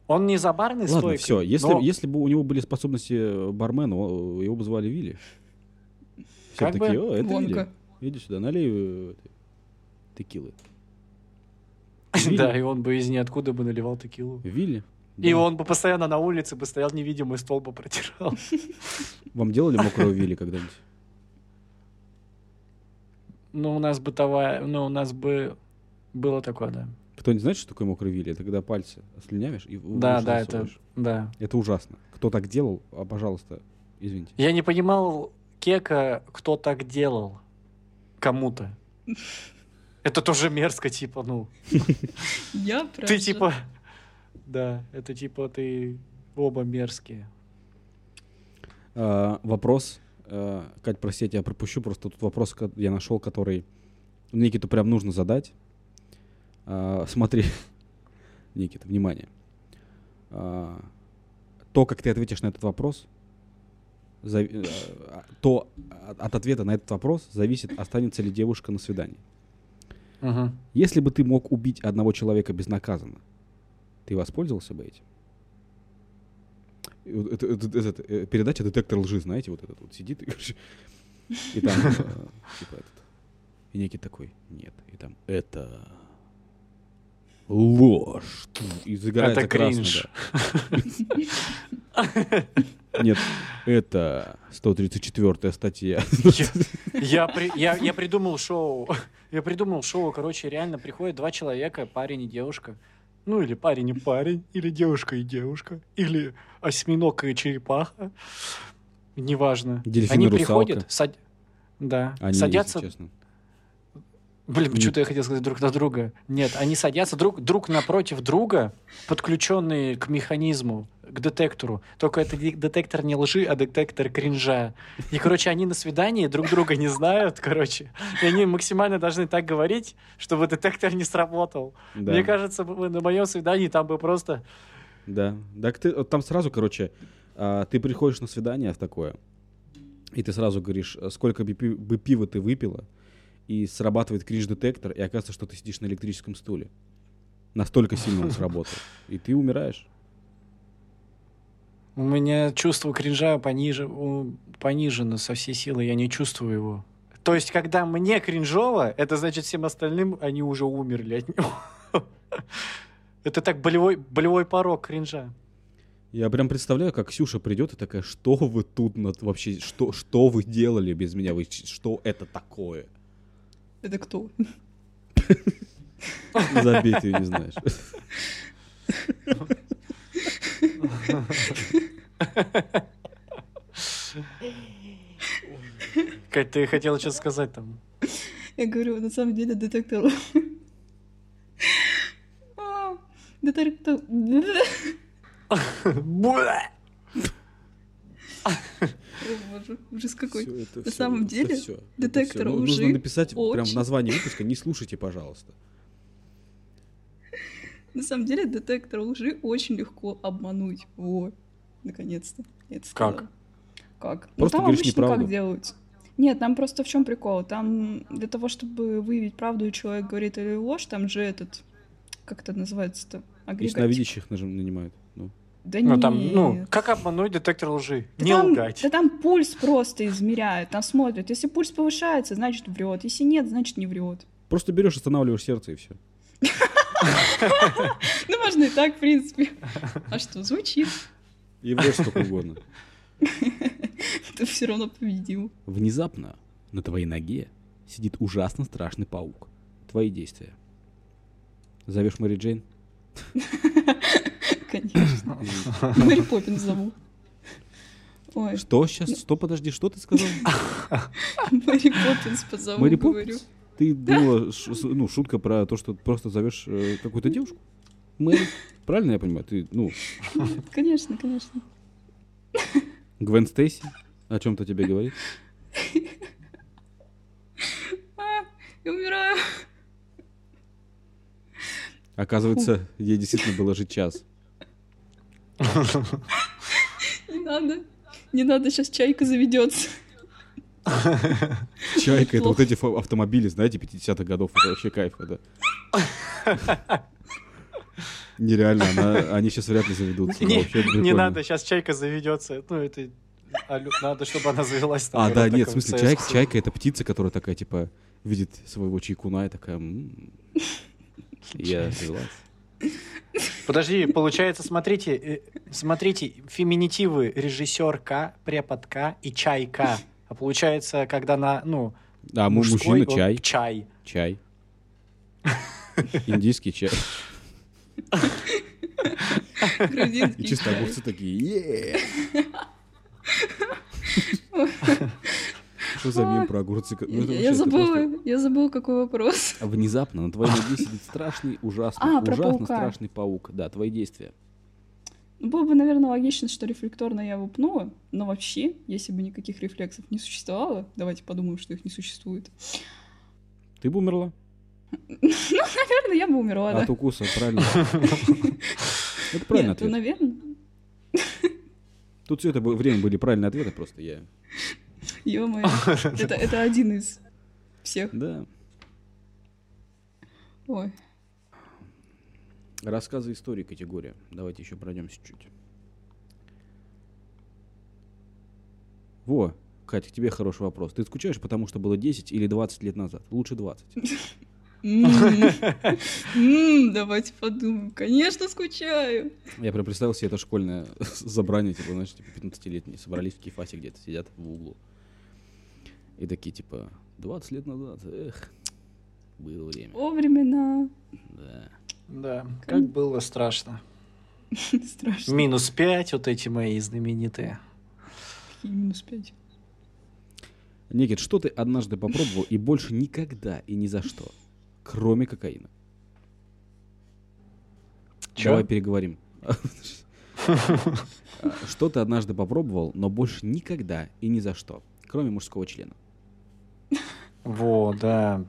Speaker 2: Он не за барной
Speaker 1: Ладно,
Speaker 2: стойкой.
Speaker 1: все. Если,
Speaker 2: но
Speaker 1: если бы у него были способности э, бармена, о, его бы звали Вилли. Все
Speaker 2: Как бы
Speaker 1: такие, о, это Вилли.
Speaker 3: Вонка.
Speaker 1: Иди сюда, налей э, этой текилы.
Speaker 2: Да, и он бы из ниоткуда бы наливал текилу.
Speaker 1: Вилли?
Speaker 2: И
Speaker 1: Да.
Speaker 2: он бы постоянно на улице бы стоял невидимый стол бы протирал.
Speaker 1: Вам делали мокрого Вилли когда-нибудь?
Speaker 2: Ну, у нас бытовая... Ну, у нас бы... Было такое, да.
Speaker 1: Кто-нибудь знает, что такое мокрый Вилли? Это когда пальцы слюнявишь и в- в
Speaker 2: Да,
Speaker 1: уши
Speaker 2: да, это...
Speaker 1: засовываешь.
Speaker 2: Да.
Speaker 1: Это ужасно. Кто так делал, а, пожалуйста, извините.
Speaker 2: Я не понимал Кека, кто так делал. Кому-то. Это тоже мерзко, типа, ну...
Speaker 3: Я
Speaker 2: Ты
Speaker 3: правда.
Speaker 2: типа... Да, это типа ты оба мерзкие.
Speaker 1: А, вопрос. а, Кать, прости, я тебя пропущу. Просто тут вопрос ко- я нашел, который Никиту прям нужно задать. А, Смотри, Никита, внимание. А, То, как ты ответишь на этот вопрос, зави- э, а, то от- от ответа на этот вопрос зависит, останется ли девушка на свидании.
Speaker 2: Мгм.
Speaker 1: Если бы ты мог убить одного человека безнаказанно, ты воспользовался бы этим? И вот это- это- это- это, э, передача «Детектор лжи», знаете, вот этот вот сидит и, короче, и там, э, типа, этот, и некий такой, нет, и там, это ложь, и загорается
Speaker 2: Это
Speaker 1: красным,
Speaker 2: кринж.
Speaker 1: да. Нет, это 134-я статья.
Speaker 2: Я, я при- я- я придумал шоу. Я придумал шоу. Короче, реально приходят два человека, парень и девушка. Ну, или парень и парень, или девушка и девушка, или осьминог и черепаха. Неважно.
Speaker 1: Дельфин и
Speaker 2: Они
Speaker 1: русалка.
Speaker 2: приходят, сад- да,
Speaker 1: Они, а если
Speaker 2: садятся.
Speaker 1: честно.
Speaker 2: Блин, почему-то я хотел сказать друг на друга. Нет, они садятся друг, друг напротив друга, подключенные к механизму, к детектору. Только это де- детектор не лжи, а детектор кринжа. И, короче, они на свидании друг друга не знают, короче. И они максимально должны так говорить, чтобы детектор не сработал.
Speaker 1: Да.
Speaker 2: Мне кажется, бы на моем свидании там бы просто...
Speaker 1: Да. Так ты вот там сразу, короче, а, ты приходишь на свидание в такое, и ты сразу говоришь, э, сколько бы, пи- бы пива ты выпила, и срабатывает кринж-детектор, и оказывается, что ты сидишь на электрическом стуле. Настолько сильно он сработал. И ты умираешь.
Speaker 2: У меня чувство кринжа пониже, у- понижено со всей силы, я не чувствую его. То есть, когда мне кринжово, это значит всем остальным они уже умерли от него. Это так болевой, болевой порог кринжа.
Speaker 1: Я прям представляю, как Ксюша придет и такая, что вы тут над- вообще, что, что вы делали без меня, вы, ч- что это такое?
Speaker 3: Это кто?
Speaker 1: Забей, ты её не знаешь.
Speaker 2: Кать, ты хотела что-то сказать там?
Speaker 3: Я говорю, на самом деле детектор... А, Детектор...
Speaker 2: Бля!
Speaker 3: О, боже, ужас какой.
Speaker 1: Всё это,
Speaker 3: На
Speaker 1: всё,
Speaker 3: самом
Speaker 1: это
Speaker 3: деле
Speaker 1: всё, это
Speaker 3: детектор
Speaker 1: всё. Ну,
Speaker 3: лжи
Speaker 1: Нужно написать прям в
Speaker 3: очень-
Speaker 1: названии выпуска «Не слушайте, пожалуйста».
Speaker 3: На самом деле детектор лжи очень легко обмануть. Во, наконец-то. я это
Speaker 2: Как?
Speaker 3: сказала. Как?
Speaker 1: Просто
Speaker 3: ну, там
Speaker 1: говоришь
Speaker 3: обычно
Speaker 1: неправду.
Speaker 3: как делают? Нет, там просто в чем прикол? Там для того, чтобы выявить правду, и человек говорит или ложь, там же этот, как это называется-то, агрегат.
Speaker 1: Ясновидящих нажим- нанимают. Ну.
Speaker 3: Да
Speaker 2: Ну
Speaker 3: нет.
Speaker 2: там, ну, как обмануть детектор лжи?
Speaker 3: Да
Speaker 2: Не
Speaker 3: там-
Speaker 2: лгать.
Speaker 3: Да там пульс просто измеряют, там смотрят. Если пульс повышается, значит врет. Если нет, значит не врет.
Speaker 1: Просто берешь, останавливаешь сердце и все.
Speaker 3: Ну, можно и так, в принципе. А что, звучит?
Speaker 1: И врешь сколько угодно.
Speaker 3: Ты все равно победил.
Speaker 1: Внезапно на твоей ноге сидит ужасно страшный паук. Твои действия. Зовешь Мэри Джейн?
Speaker 3: Конечно. Мэри Поппинс зову. Ой,
Speaker 1: Что сейчас? Что, подожди, что ты сказал?
Speaker 3: Мэри Поппинс позову,
Speaker 1: Мэри
Speaker 3: говорю.
Speaker 1: Поппинс? Ты думала, ш- с- ну, шутка про то, что просто зовешь э, какую-то девушку? Мэри. Правильно я понимаю? Ты, ну,
Speaker 3: Конечно, конечно.
Speaker 1: Гвен Стейси о чем-то тебе говорит?
Speaker 3: А, я умираю.
Speaker 1: Оказывается, ей действительно было жить час.
Speaker 3: Не надо. Не надо, сейчас чайка заведется.
Speaker 1: Чайка, это вот эти фо- автомобили, знаете, 50-х годов, это вообще кайф, это. Нереально, она- они сейчас вряд ли заведутся. но
Speaker 2: Не,
Speaker 1: вообще это
Speaker 2: не
Speaker 1: прикольно.
Speaker 2: надо, сейчас чайка заведется. Ну, это... а, лю- надо, чтобы она завелась.
Speaker 1: А, да,
Speaker 2: наверное,
Speaker 1: нет, в
Speaker 2: как
Speaker 1: смысле,
Speaker 2: Советском
Speaker 1: чайка,
Speaker 2: Союзе.
Speaker 1: чайка это птица, которая такая, типа, видит своего чайкуна и такая... «М, Я завелась.
Speaker 2: Подожди, получается, смотрите, э, смотрите, феминитивы режиссерка, преподка и чайка. А получается, когда на, ну,
Speaker 1: А, м-
Speaker 2: мужской,
Speaker 1: мужчина,
Speaker 2: он
Speaker 1: чай,
Speaker 2: чай.
Speaker 1: чай. Индийский чай. И
Speaker 3: Грузинский
Speaker 1: чисто
Speaker 3: чай.
Speaker 1: огурцы такие, «Е-е-е». Что за мем про огурцы? Ну, это
Speaker 3: Я-
Speaker 1: вообще,
Speaker 3: Я
Speaker 1: это просто-
Speaker 3: забыла, я забыла, какой вопрос.
Speaker 1: Внезапно на твоей ноге сидит страшный, ужасный,
Speaker 3: А, про
Speaker 1: ужасно
Speaker 3: паука.
Speaker 1: страшный паук. Да, твои действия.
Speaker 3: Ну, Было бы, наверное, логично, что рефлекторно я его пнула, но вообще, если бы никаких рефлексов не существовало, давайте подумаем, что их не существует,
Speaker 1: Ты бы умерла
Speaker 3: наверное, я бы
Speaker 2: А
Speaker 3: умерла, да.
Speaker 1: от укуса, правильно? Это правильный
Speaker 3: Нет, ну,
Speaker 1: ответ.
Speaker 3: наверное,
Speaker 1: Тут все это бы- время были правильные ответы, просто я...
Speaker 3: ё-моё, это, это один из всех.
Speaker 1: Да.
Speaker 3: Ой,
Speaker 1: Рассказы истории категория. Давайте еще пройдемся чуть. Во, Катя, к тебе хороший вопрос. Ты скучаешь, потому что было 10 или 20 лет назад? Лучше 20.
Speaker 3: М, м, М-м-м, м-м, Давайте подумаем. Конечно, скучаю.
Speaker 1: Я прям представил себе это школьное забрание, типа, знаешь, типа 15-летние собрались в кефасе где-то, сидят в углу. И такие, типа, 20 лет назад, эх, было время.
Speaker 3: О, времена.
Speaker 1: Да.
Speaker 2: Да, как
Speaker 3: Кон-
Speaker 2: было страшно.
Speaker 3: Страшно.
Speaker 2: Минус 5 вот эти мои знаменитые.
Speaker 3: Какие минус пять.
Speaker 1: Никит, что ты однажды попробовал и больше никогда и ни за что, кроме кокаина?
Speaker 2: Чё?
Speaker 1: Давай переговорим. А, Что ты однажды попробовал, но больше никогда и ни за что, кроме мужского члена?
Speaker 2: Во, да.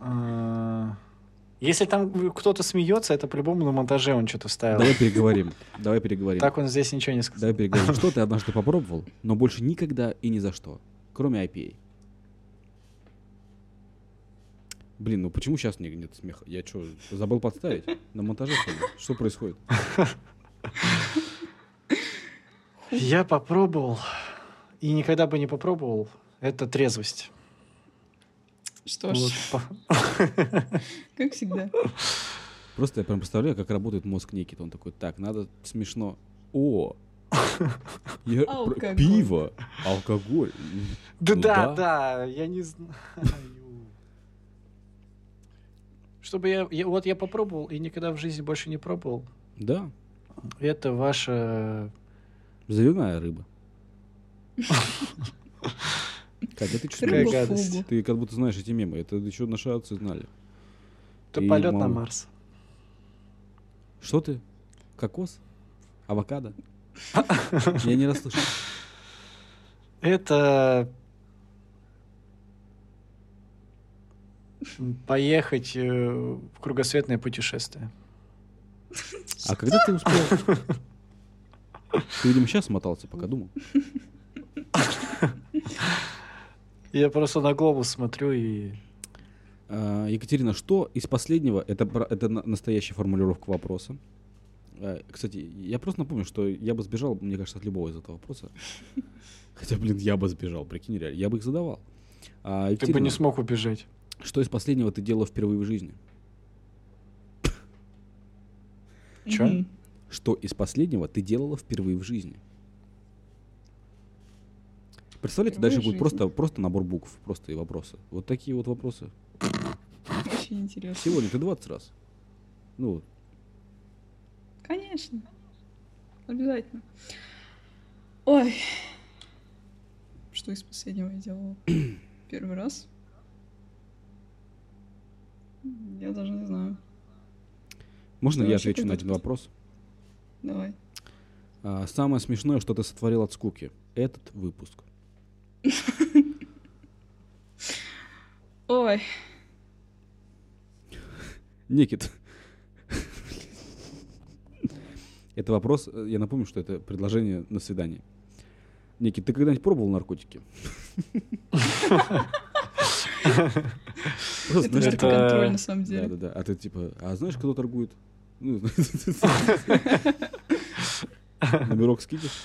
Speaker 2: А, Если там кто-то смеется, это по-любому на монтаже он что-то вставил.
Speaker 1: Давай переговорим. Давай переговорим.
Speaker 2: Так он здесь ничего не сказал.
Speaker 1: Давай переговорим. Что ты однажды попробовал, но больше никогда и ни за что, кроме IPA? Блин, ну почему сейчас нет смеха? Я что, забыл подставить? На монтаже что ли? Что происходит?
Speaker 2: Я попробовал и никогда бы не попробовал. Это трезвость.
Speaker 3: Что
Speaker 2: Вот,
Speaker 3: ж,
Speaker 2: по-
Speaker 3: как всегда.
Speaker 1: Просто я прям представляю, как работает мозг Никита. Он такой, так, надо смешно. О, я про-
Speaker 3: Алкоголь.
Speaker 1: пиво, алкоголь. м,
Speaker 2: Да,
Speaker 1: Ну
Speaker 2: да,
Speaker 1: да.
Speaker 2: да, я не знаю. Чтобы я, я- Вот я попробовал и никогда в жизни больше не пробовал.
Speaker 1: Да,
Speaker 2: Это ваша...
Speaker 1: заливная рыба. Катя, а ты что
Speaker 2: Какая
Speaker 1: смеешься?
Speaker 2: гадость.
Speaker 3: Рыбофобу.
Speaker 1: Ты как будто знаешь эти мемы. Это еще наши отцы знали.
Speaker 2: Это
Speaker 1: И
Speaker 2: полет на
Speaker 1: мама.
Speaker 2: Марс.
Speaker 1: Что ты? Кокос? Авокадо?
Speaker 2: А,
Speaker 1: Я не расслышал. А
Speaker 2: Это... Поехать э, в кругосветное путешествие.
Speaker 1: А когда ты успел? Ты, видимо, сейчас мотался, пока думал.
Speaker 2: Я просто на глобус смотрю и...
Speaker 1: А, Екатерина, что из последнего, это, про- это на- настоящая формулировка вопроса. Э, Кстати, я просто напомню, что я бы сбежал, мне кажется, от любого из этого вопроса. Хотя, блин, я бы сбежал, прикинь, реально. Я бы их задавал. А,
Speaker 2: Ты бы
Speaker 1: Екатерина,
Speaker 2: не смог убежать.
Speaker 1: что из последнего ты делала впервые в жизни?
Speaker 2: Чё?
Speaker 3: Мгм.
Speaker 1: Что из последнего ты делала впервые в жизни? Представляете,
Speaker 3: Впервые
Speaker 1: дальше
Speaker 3: в
Speaker 1: будет
Speaker 3: жизни.
Speaker 1: просто, просто набор букв, просто и вопросы. Вот такие вот вопросы.
Speaker 3: Очень интересно.
Speaker 1: Сегодня ты 20 раз. Ну,
Speaker 3: Конечно. Обязательно. Ой. Что из последнего я делала? Первый раз? М, Я даже не знаю.
Speaker 1: можно
Speaker 3: Да,
Speaker 1: я
Speaker 3: вообще
Speaker 1: отвечу на
Speaker 3: круто.
Speaker 1: один вопрос?
Speaker 3: Давай.
Speaker 1: А, самое смешное, что ты сотворил от скуки. Этот выпуск.
Speaker 3: Ой,
Speaker 1: Никит. Это вопрос, э, я напомню, что это предложение на свидание. Никит, ты когда-нибудь пробовал наркотики? Просто,
Speaker 3: это
Speaker 1: знаешь,
Speaker 3: же
Speaker 2: это-
Speaker 3: контроль на самом
Speaker 1: Ну, Да,
Speaker 3: деле.
Speaker 1: да, да. А ты типа, а знаешь, кто торгует? Ну, Номерок скидишь?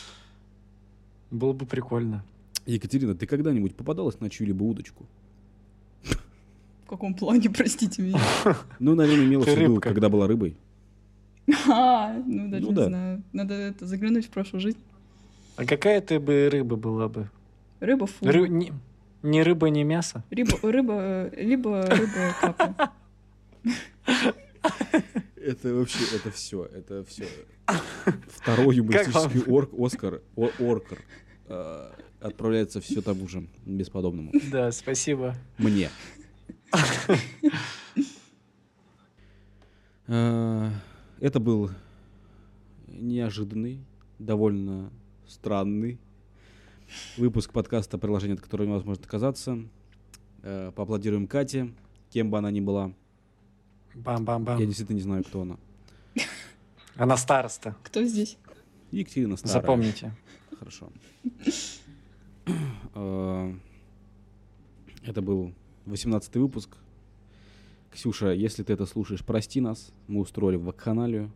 Speaker 2: Было бы прикольно.
Speaker 1: Екатерина, ты когда-нибудь попадалась на чью-либо удочку?
Speaker 3: В каком плане, простите меня.
Speaker 1: Ну, наверное, имела в
Speaker 2: Ты
Speaker 1: виду,
Speaker 2: рыбка.
Speaker 1: когда была рыбой.
Speaker 3: А, ну даже
Speaker 1: Ну
Speaker 3: не
Speaker 1: да.
Speaker 3: знаю. Надо это заглянуть в прошлую жизнь.
Speaker 2: А какая ты бы рыба была бы?
Speaker 3: Рыба фу.
Speaker 2: Ры- не, не рыба, не мясо?
Speaker 3: Рыба, рыба, э, либо рыба капа.
Speaker 1: Это вообще, это все, это все. Второй юмористический орк, Оскар, о- оркер, э, отправляется все тому же, бесподобному.
Speaker 2: Да, спасибо.
Speaker 1: Мне. Э, Это был неожиданный, довольно странный выпуск подкаста «Приложение, от которого невозможно отказаться». Э, Поаплодируем Кате, кем бы она ни была. Я
Speaker 2: Бам-бам-бам.
Speaker 1: действительно не знаю, кто она.
Speaker 2: Она староста.
Speaker 3: Кто здесь?
Speaker 1: Екатерина Старая.
Speaker 2: Запомните.
Speaker 1: Хорошо. Э, Это был 18 выпуск. Ксюша, если ты это слушаешь, прости нас. Мы устроили вакханалию.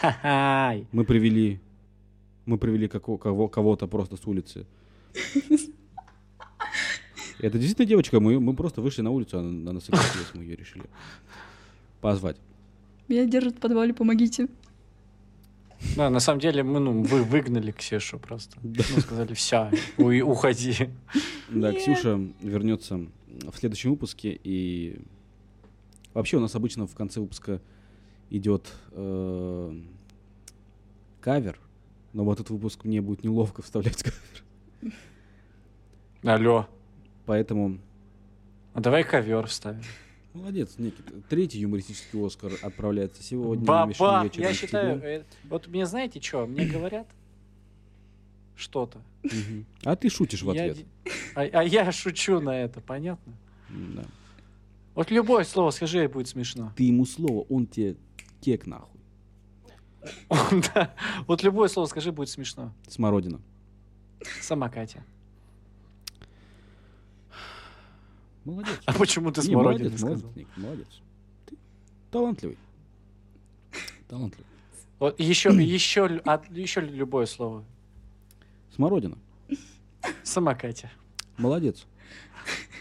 Speaker 2: Ха-хай.
Speaker 1: Мы привели мы привели како- кого- кого-то просто с улицы. Это действительно девочка, мы, мы просто вышли на улицу, она, она согласилась, мы ее решили позвать.
Speaker 3: Меня держат в подвале, помогите.
Speaker 2: Да, на самом деле мы, ну, вы выгнали Ксюшу просто. Ну, сказали, все, уходи.
Speaker 1: Да,
Speaker 3: Нет.
Speaker 1: Ксюша вернется в следующем выпуске. И вообще у нас обычно в конце выпуска идет э, кавер. Но в этот выпуск мне будет неловко вставлять кавер.
Speaker 2: Алло,
Speaker 1: Поэтому
Speaker 2: а давай ковер вставим.
Speaker 1: молодец, Никита. Третий юмористический Оскар отправляется сегодня.
Speaker 2: Баба,
Speaker 1: вечером
Speaker 2: я
Speaker 1: к
Speaker 2: считаю,
Speaker 1: тебе.
Speaker 2: э, вот мне знаете что, мне говорят что-то.
Speaker 1: Мгм. А ты шутишь в
Speaker 2: Я
Speaker 1: ответ.
Speaker 2: де- А, а я шучу на это, понятно?
Speaker 1: М-да.
Speaker 2: Вот любое слово скажи, и будет смешно.
Speaker 1: Ты ему слово, он тебе кек нахуй.
Speaker 2: Да. Вот любое слово скажи, будет смешно.
Speaker 1: Смородина.
Speaker 2: Сама Катя.
Speaker 1: Молодец.
Speaker 2: А почему ты
Speaker 1: Не,
Speaker 2: смородину
Speaker 1: молодец, молодец,
Speaker 2: сказал?
Speaker 1: Ник, молодец. Ты талантливый. Талантливый.
Speaker 2: Вот еще, еще, лю- а, еще любое слово.
Speaker 1: Смородина.
Speaker 2: Сама Катя.
Speaker 1: Молодец.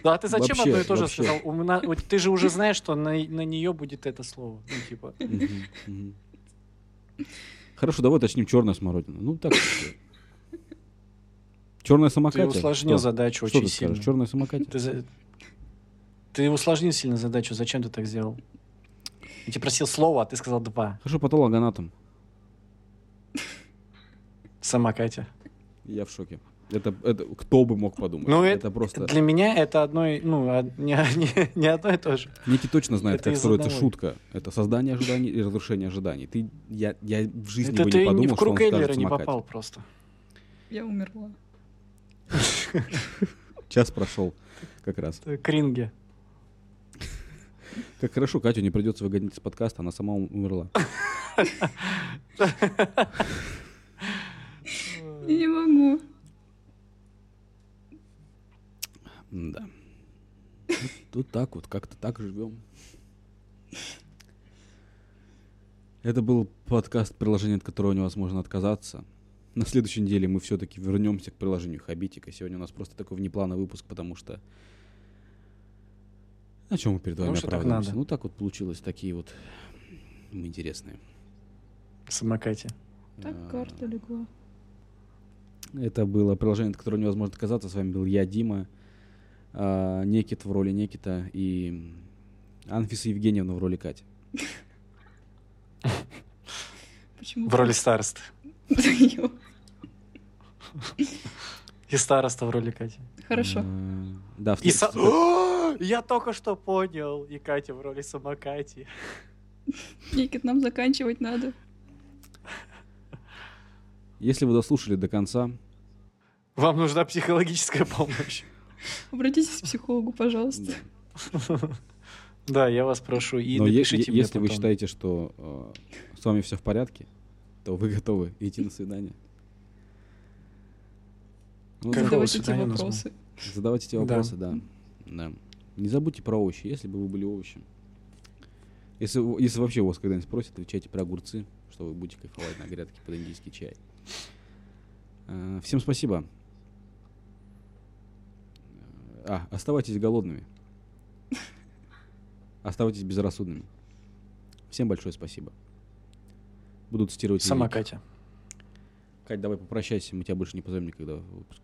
Speaker 2: Да, а ты зачем
Speaker 1: Вообще,
Speaker 2: одно и то же
Speaker 1: вообще.
Speaker 2: сказал? У мна- вот Ты же уже знаешь, что на, на нее будет это слово. Ну, типа,
Speaker 1: Мгм, мгм. Хорошо, давай уточним черная смородина. Ну так. Черная
Speaker 2: ты
Speaker 1: самокатия. Что?
Speaker 2: усложнил задачу
Speaker 1: Что
Speaker 2: очень
Speaker 1: ты скажешь?
Speaker 2: сильно.
Speaker 1: Черная самокатия.
Speaker 2: Ты, за- ты усложнил сильно задачу. Зачем ты так сделал? Я тебя просил слово, а ты сказал два.
Speaker 1: Хорошо, патологоанатом.
Speaker 2: Сама Катя.
Speaker 1: Я в шоке. Это, это кто бы мог подумать?
Speaker 2: Ну,
Speaker 1: это, просто.
Speaker 2: Для меня это одно и... Ну, а- не, не- не одно и то же.
Speaker 1: Ники точно знает,
Speaker 2: это
Speaker 1: как
Speaker 2: из
Speaker 1: строится
Speaker 2: одного.
Speaker 1: шутка. Это создание ожиданий и разрушение ожиданий. Ты, я, я в жизни
Speaker 2: это
Speaker 1: бы
Speaker 2: ты
Speaker 1: не подумал,
Speaker 2: в
Speaker 1: что он
Speaker 2: круг Эйлера
Speaker 1: скажет
Speaker 2: не
Speaker 1: самокатия.
Speaker 2: попал просто.
Speaker 3: Я умерла.
Speaker 1: Час прошел как раз.
Speaker 2: Это кринге.
Speaker 1: Как хорошо, Катю не придется выгонять из подкаста, она сама ум- умерла.
Speaker 3: Я не могу.
Speaker 1: Да. Вот так вот, как-то так живем. Это был подкаст, приложение от которого невозможно отказаться. На следующей неделе мы все-таки вернемся к приложению Хабитика. Сегодня у нас просто такой внеплановый выпуск, потому что... На чем мы перед вами
Speaker 2: Потому что так
Speaker 1: оправдываемся?
Speaker 2: надо.
Speaker 1: Ну так вот получилось, такие вот мы интересные.
Speaker 2: Сама Катя.
Speaker 3: Так
Speaker 1: А,
Speaker 3: карта легла.
Speaker 1: Это было приложение, от которого невозможно отказаться. С вами был я, Дима, а, Некит в роли Некита и Анфиса Евгеньевна в роли Кати.
Speaker 3: Почему?
Speaker 2: В роли староста.
Speaker 3: Ё.
Speaker 2: И староста в роли Кати.
Speaker 3: Хорошо.
Speaker 1: А, Да, в
Speaker 2: И
Speaker 1: следующий
Speaker 2: са-
Speaker 1: раз-
Speaker 2: О, Я только что понял. И Катя в роли сама Кати.
Speaker 3: Никит, нам заканчивать надо.
Speaker 1: Если вы дослушали до конца,
Speaker 2: Вам нужна психологическая помощь.
Speaker 3: Обратитесь к психологу, пожалуйста.
Speaker 2: Да, я вас прошу. И
Speaker 1: но е-
Speaker 2: напишите
Speaker 1: е-
Speaker 2: мне
Speaker 1: если вы
Speaker 2: потом.
Speaker 1: считаете, что э, с вами все в порядке, то вы готовы идти на свидание. Ну, да,
Speaker 2: Какого
Speaker 3: Задавайте те
Speaker 2: свидания у нас
Speaker 3: вопросы.
Speaker 1: задавайте те
Speaker 2: Да.
Speaker 1: вопросы, да. Да. Не забудьте про овощи, если бы вы были овощем. Если, вы- если вообще у вас когда-нибудь спросят, отвечайте про огурцы, что вы будете кайфовать на грядке под индийский чай. Э, Всем спасибо. Э, А, оставайтесь голодными. Оставайтесь безрассудными. Всем большое спасибо. Буду цитировать.
Speaker 2: Сама
Speaker 1: Лирики.
Speaker 2: Катя.
Speaker 1: Кать, давай попрощайся, мы тебя больше не позовем никогда в выпуск.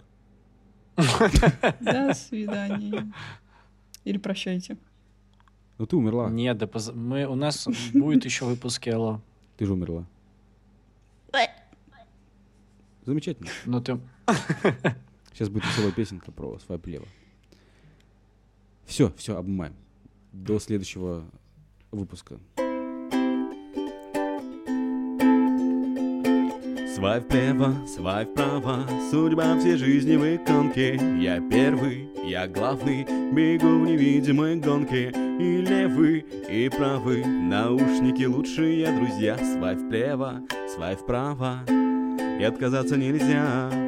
Speaker 3: До свидания. Или прощайте.
Speaker 1: Ну ты умерла.
Speaker 2: Не, да поз- мы у нас будет еще выпуск Элло.
Speaker 1: Ты же умерла. Замечательно.
Speaker 2: Ну ты
Speaker 1: Сейчас будет веселая песенка про свайп лево. Все, все, обнимаем. До следующего выпуска.
Speaker 4: Свай влево, свай вправо, судьба всей жизни в иконке. Я первый, я главный, бегу в невидимой гонке. И левый, и правый, наушники лучшие друзья. Свай влево, свай вправо, и отказаться нельзя.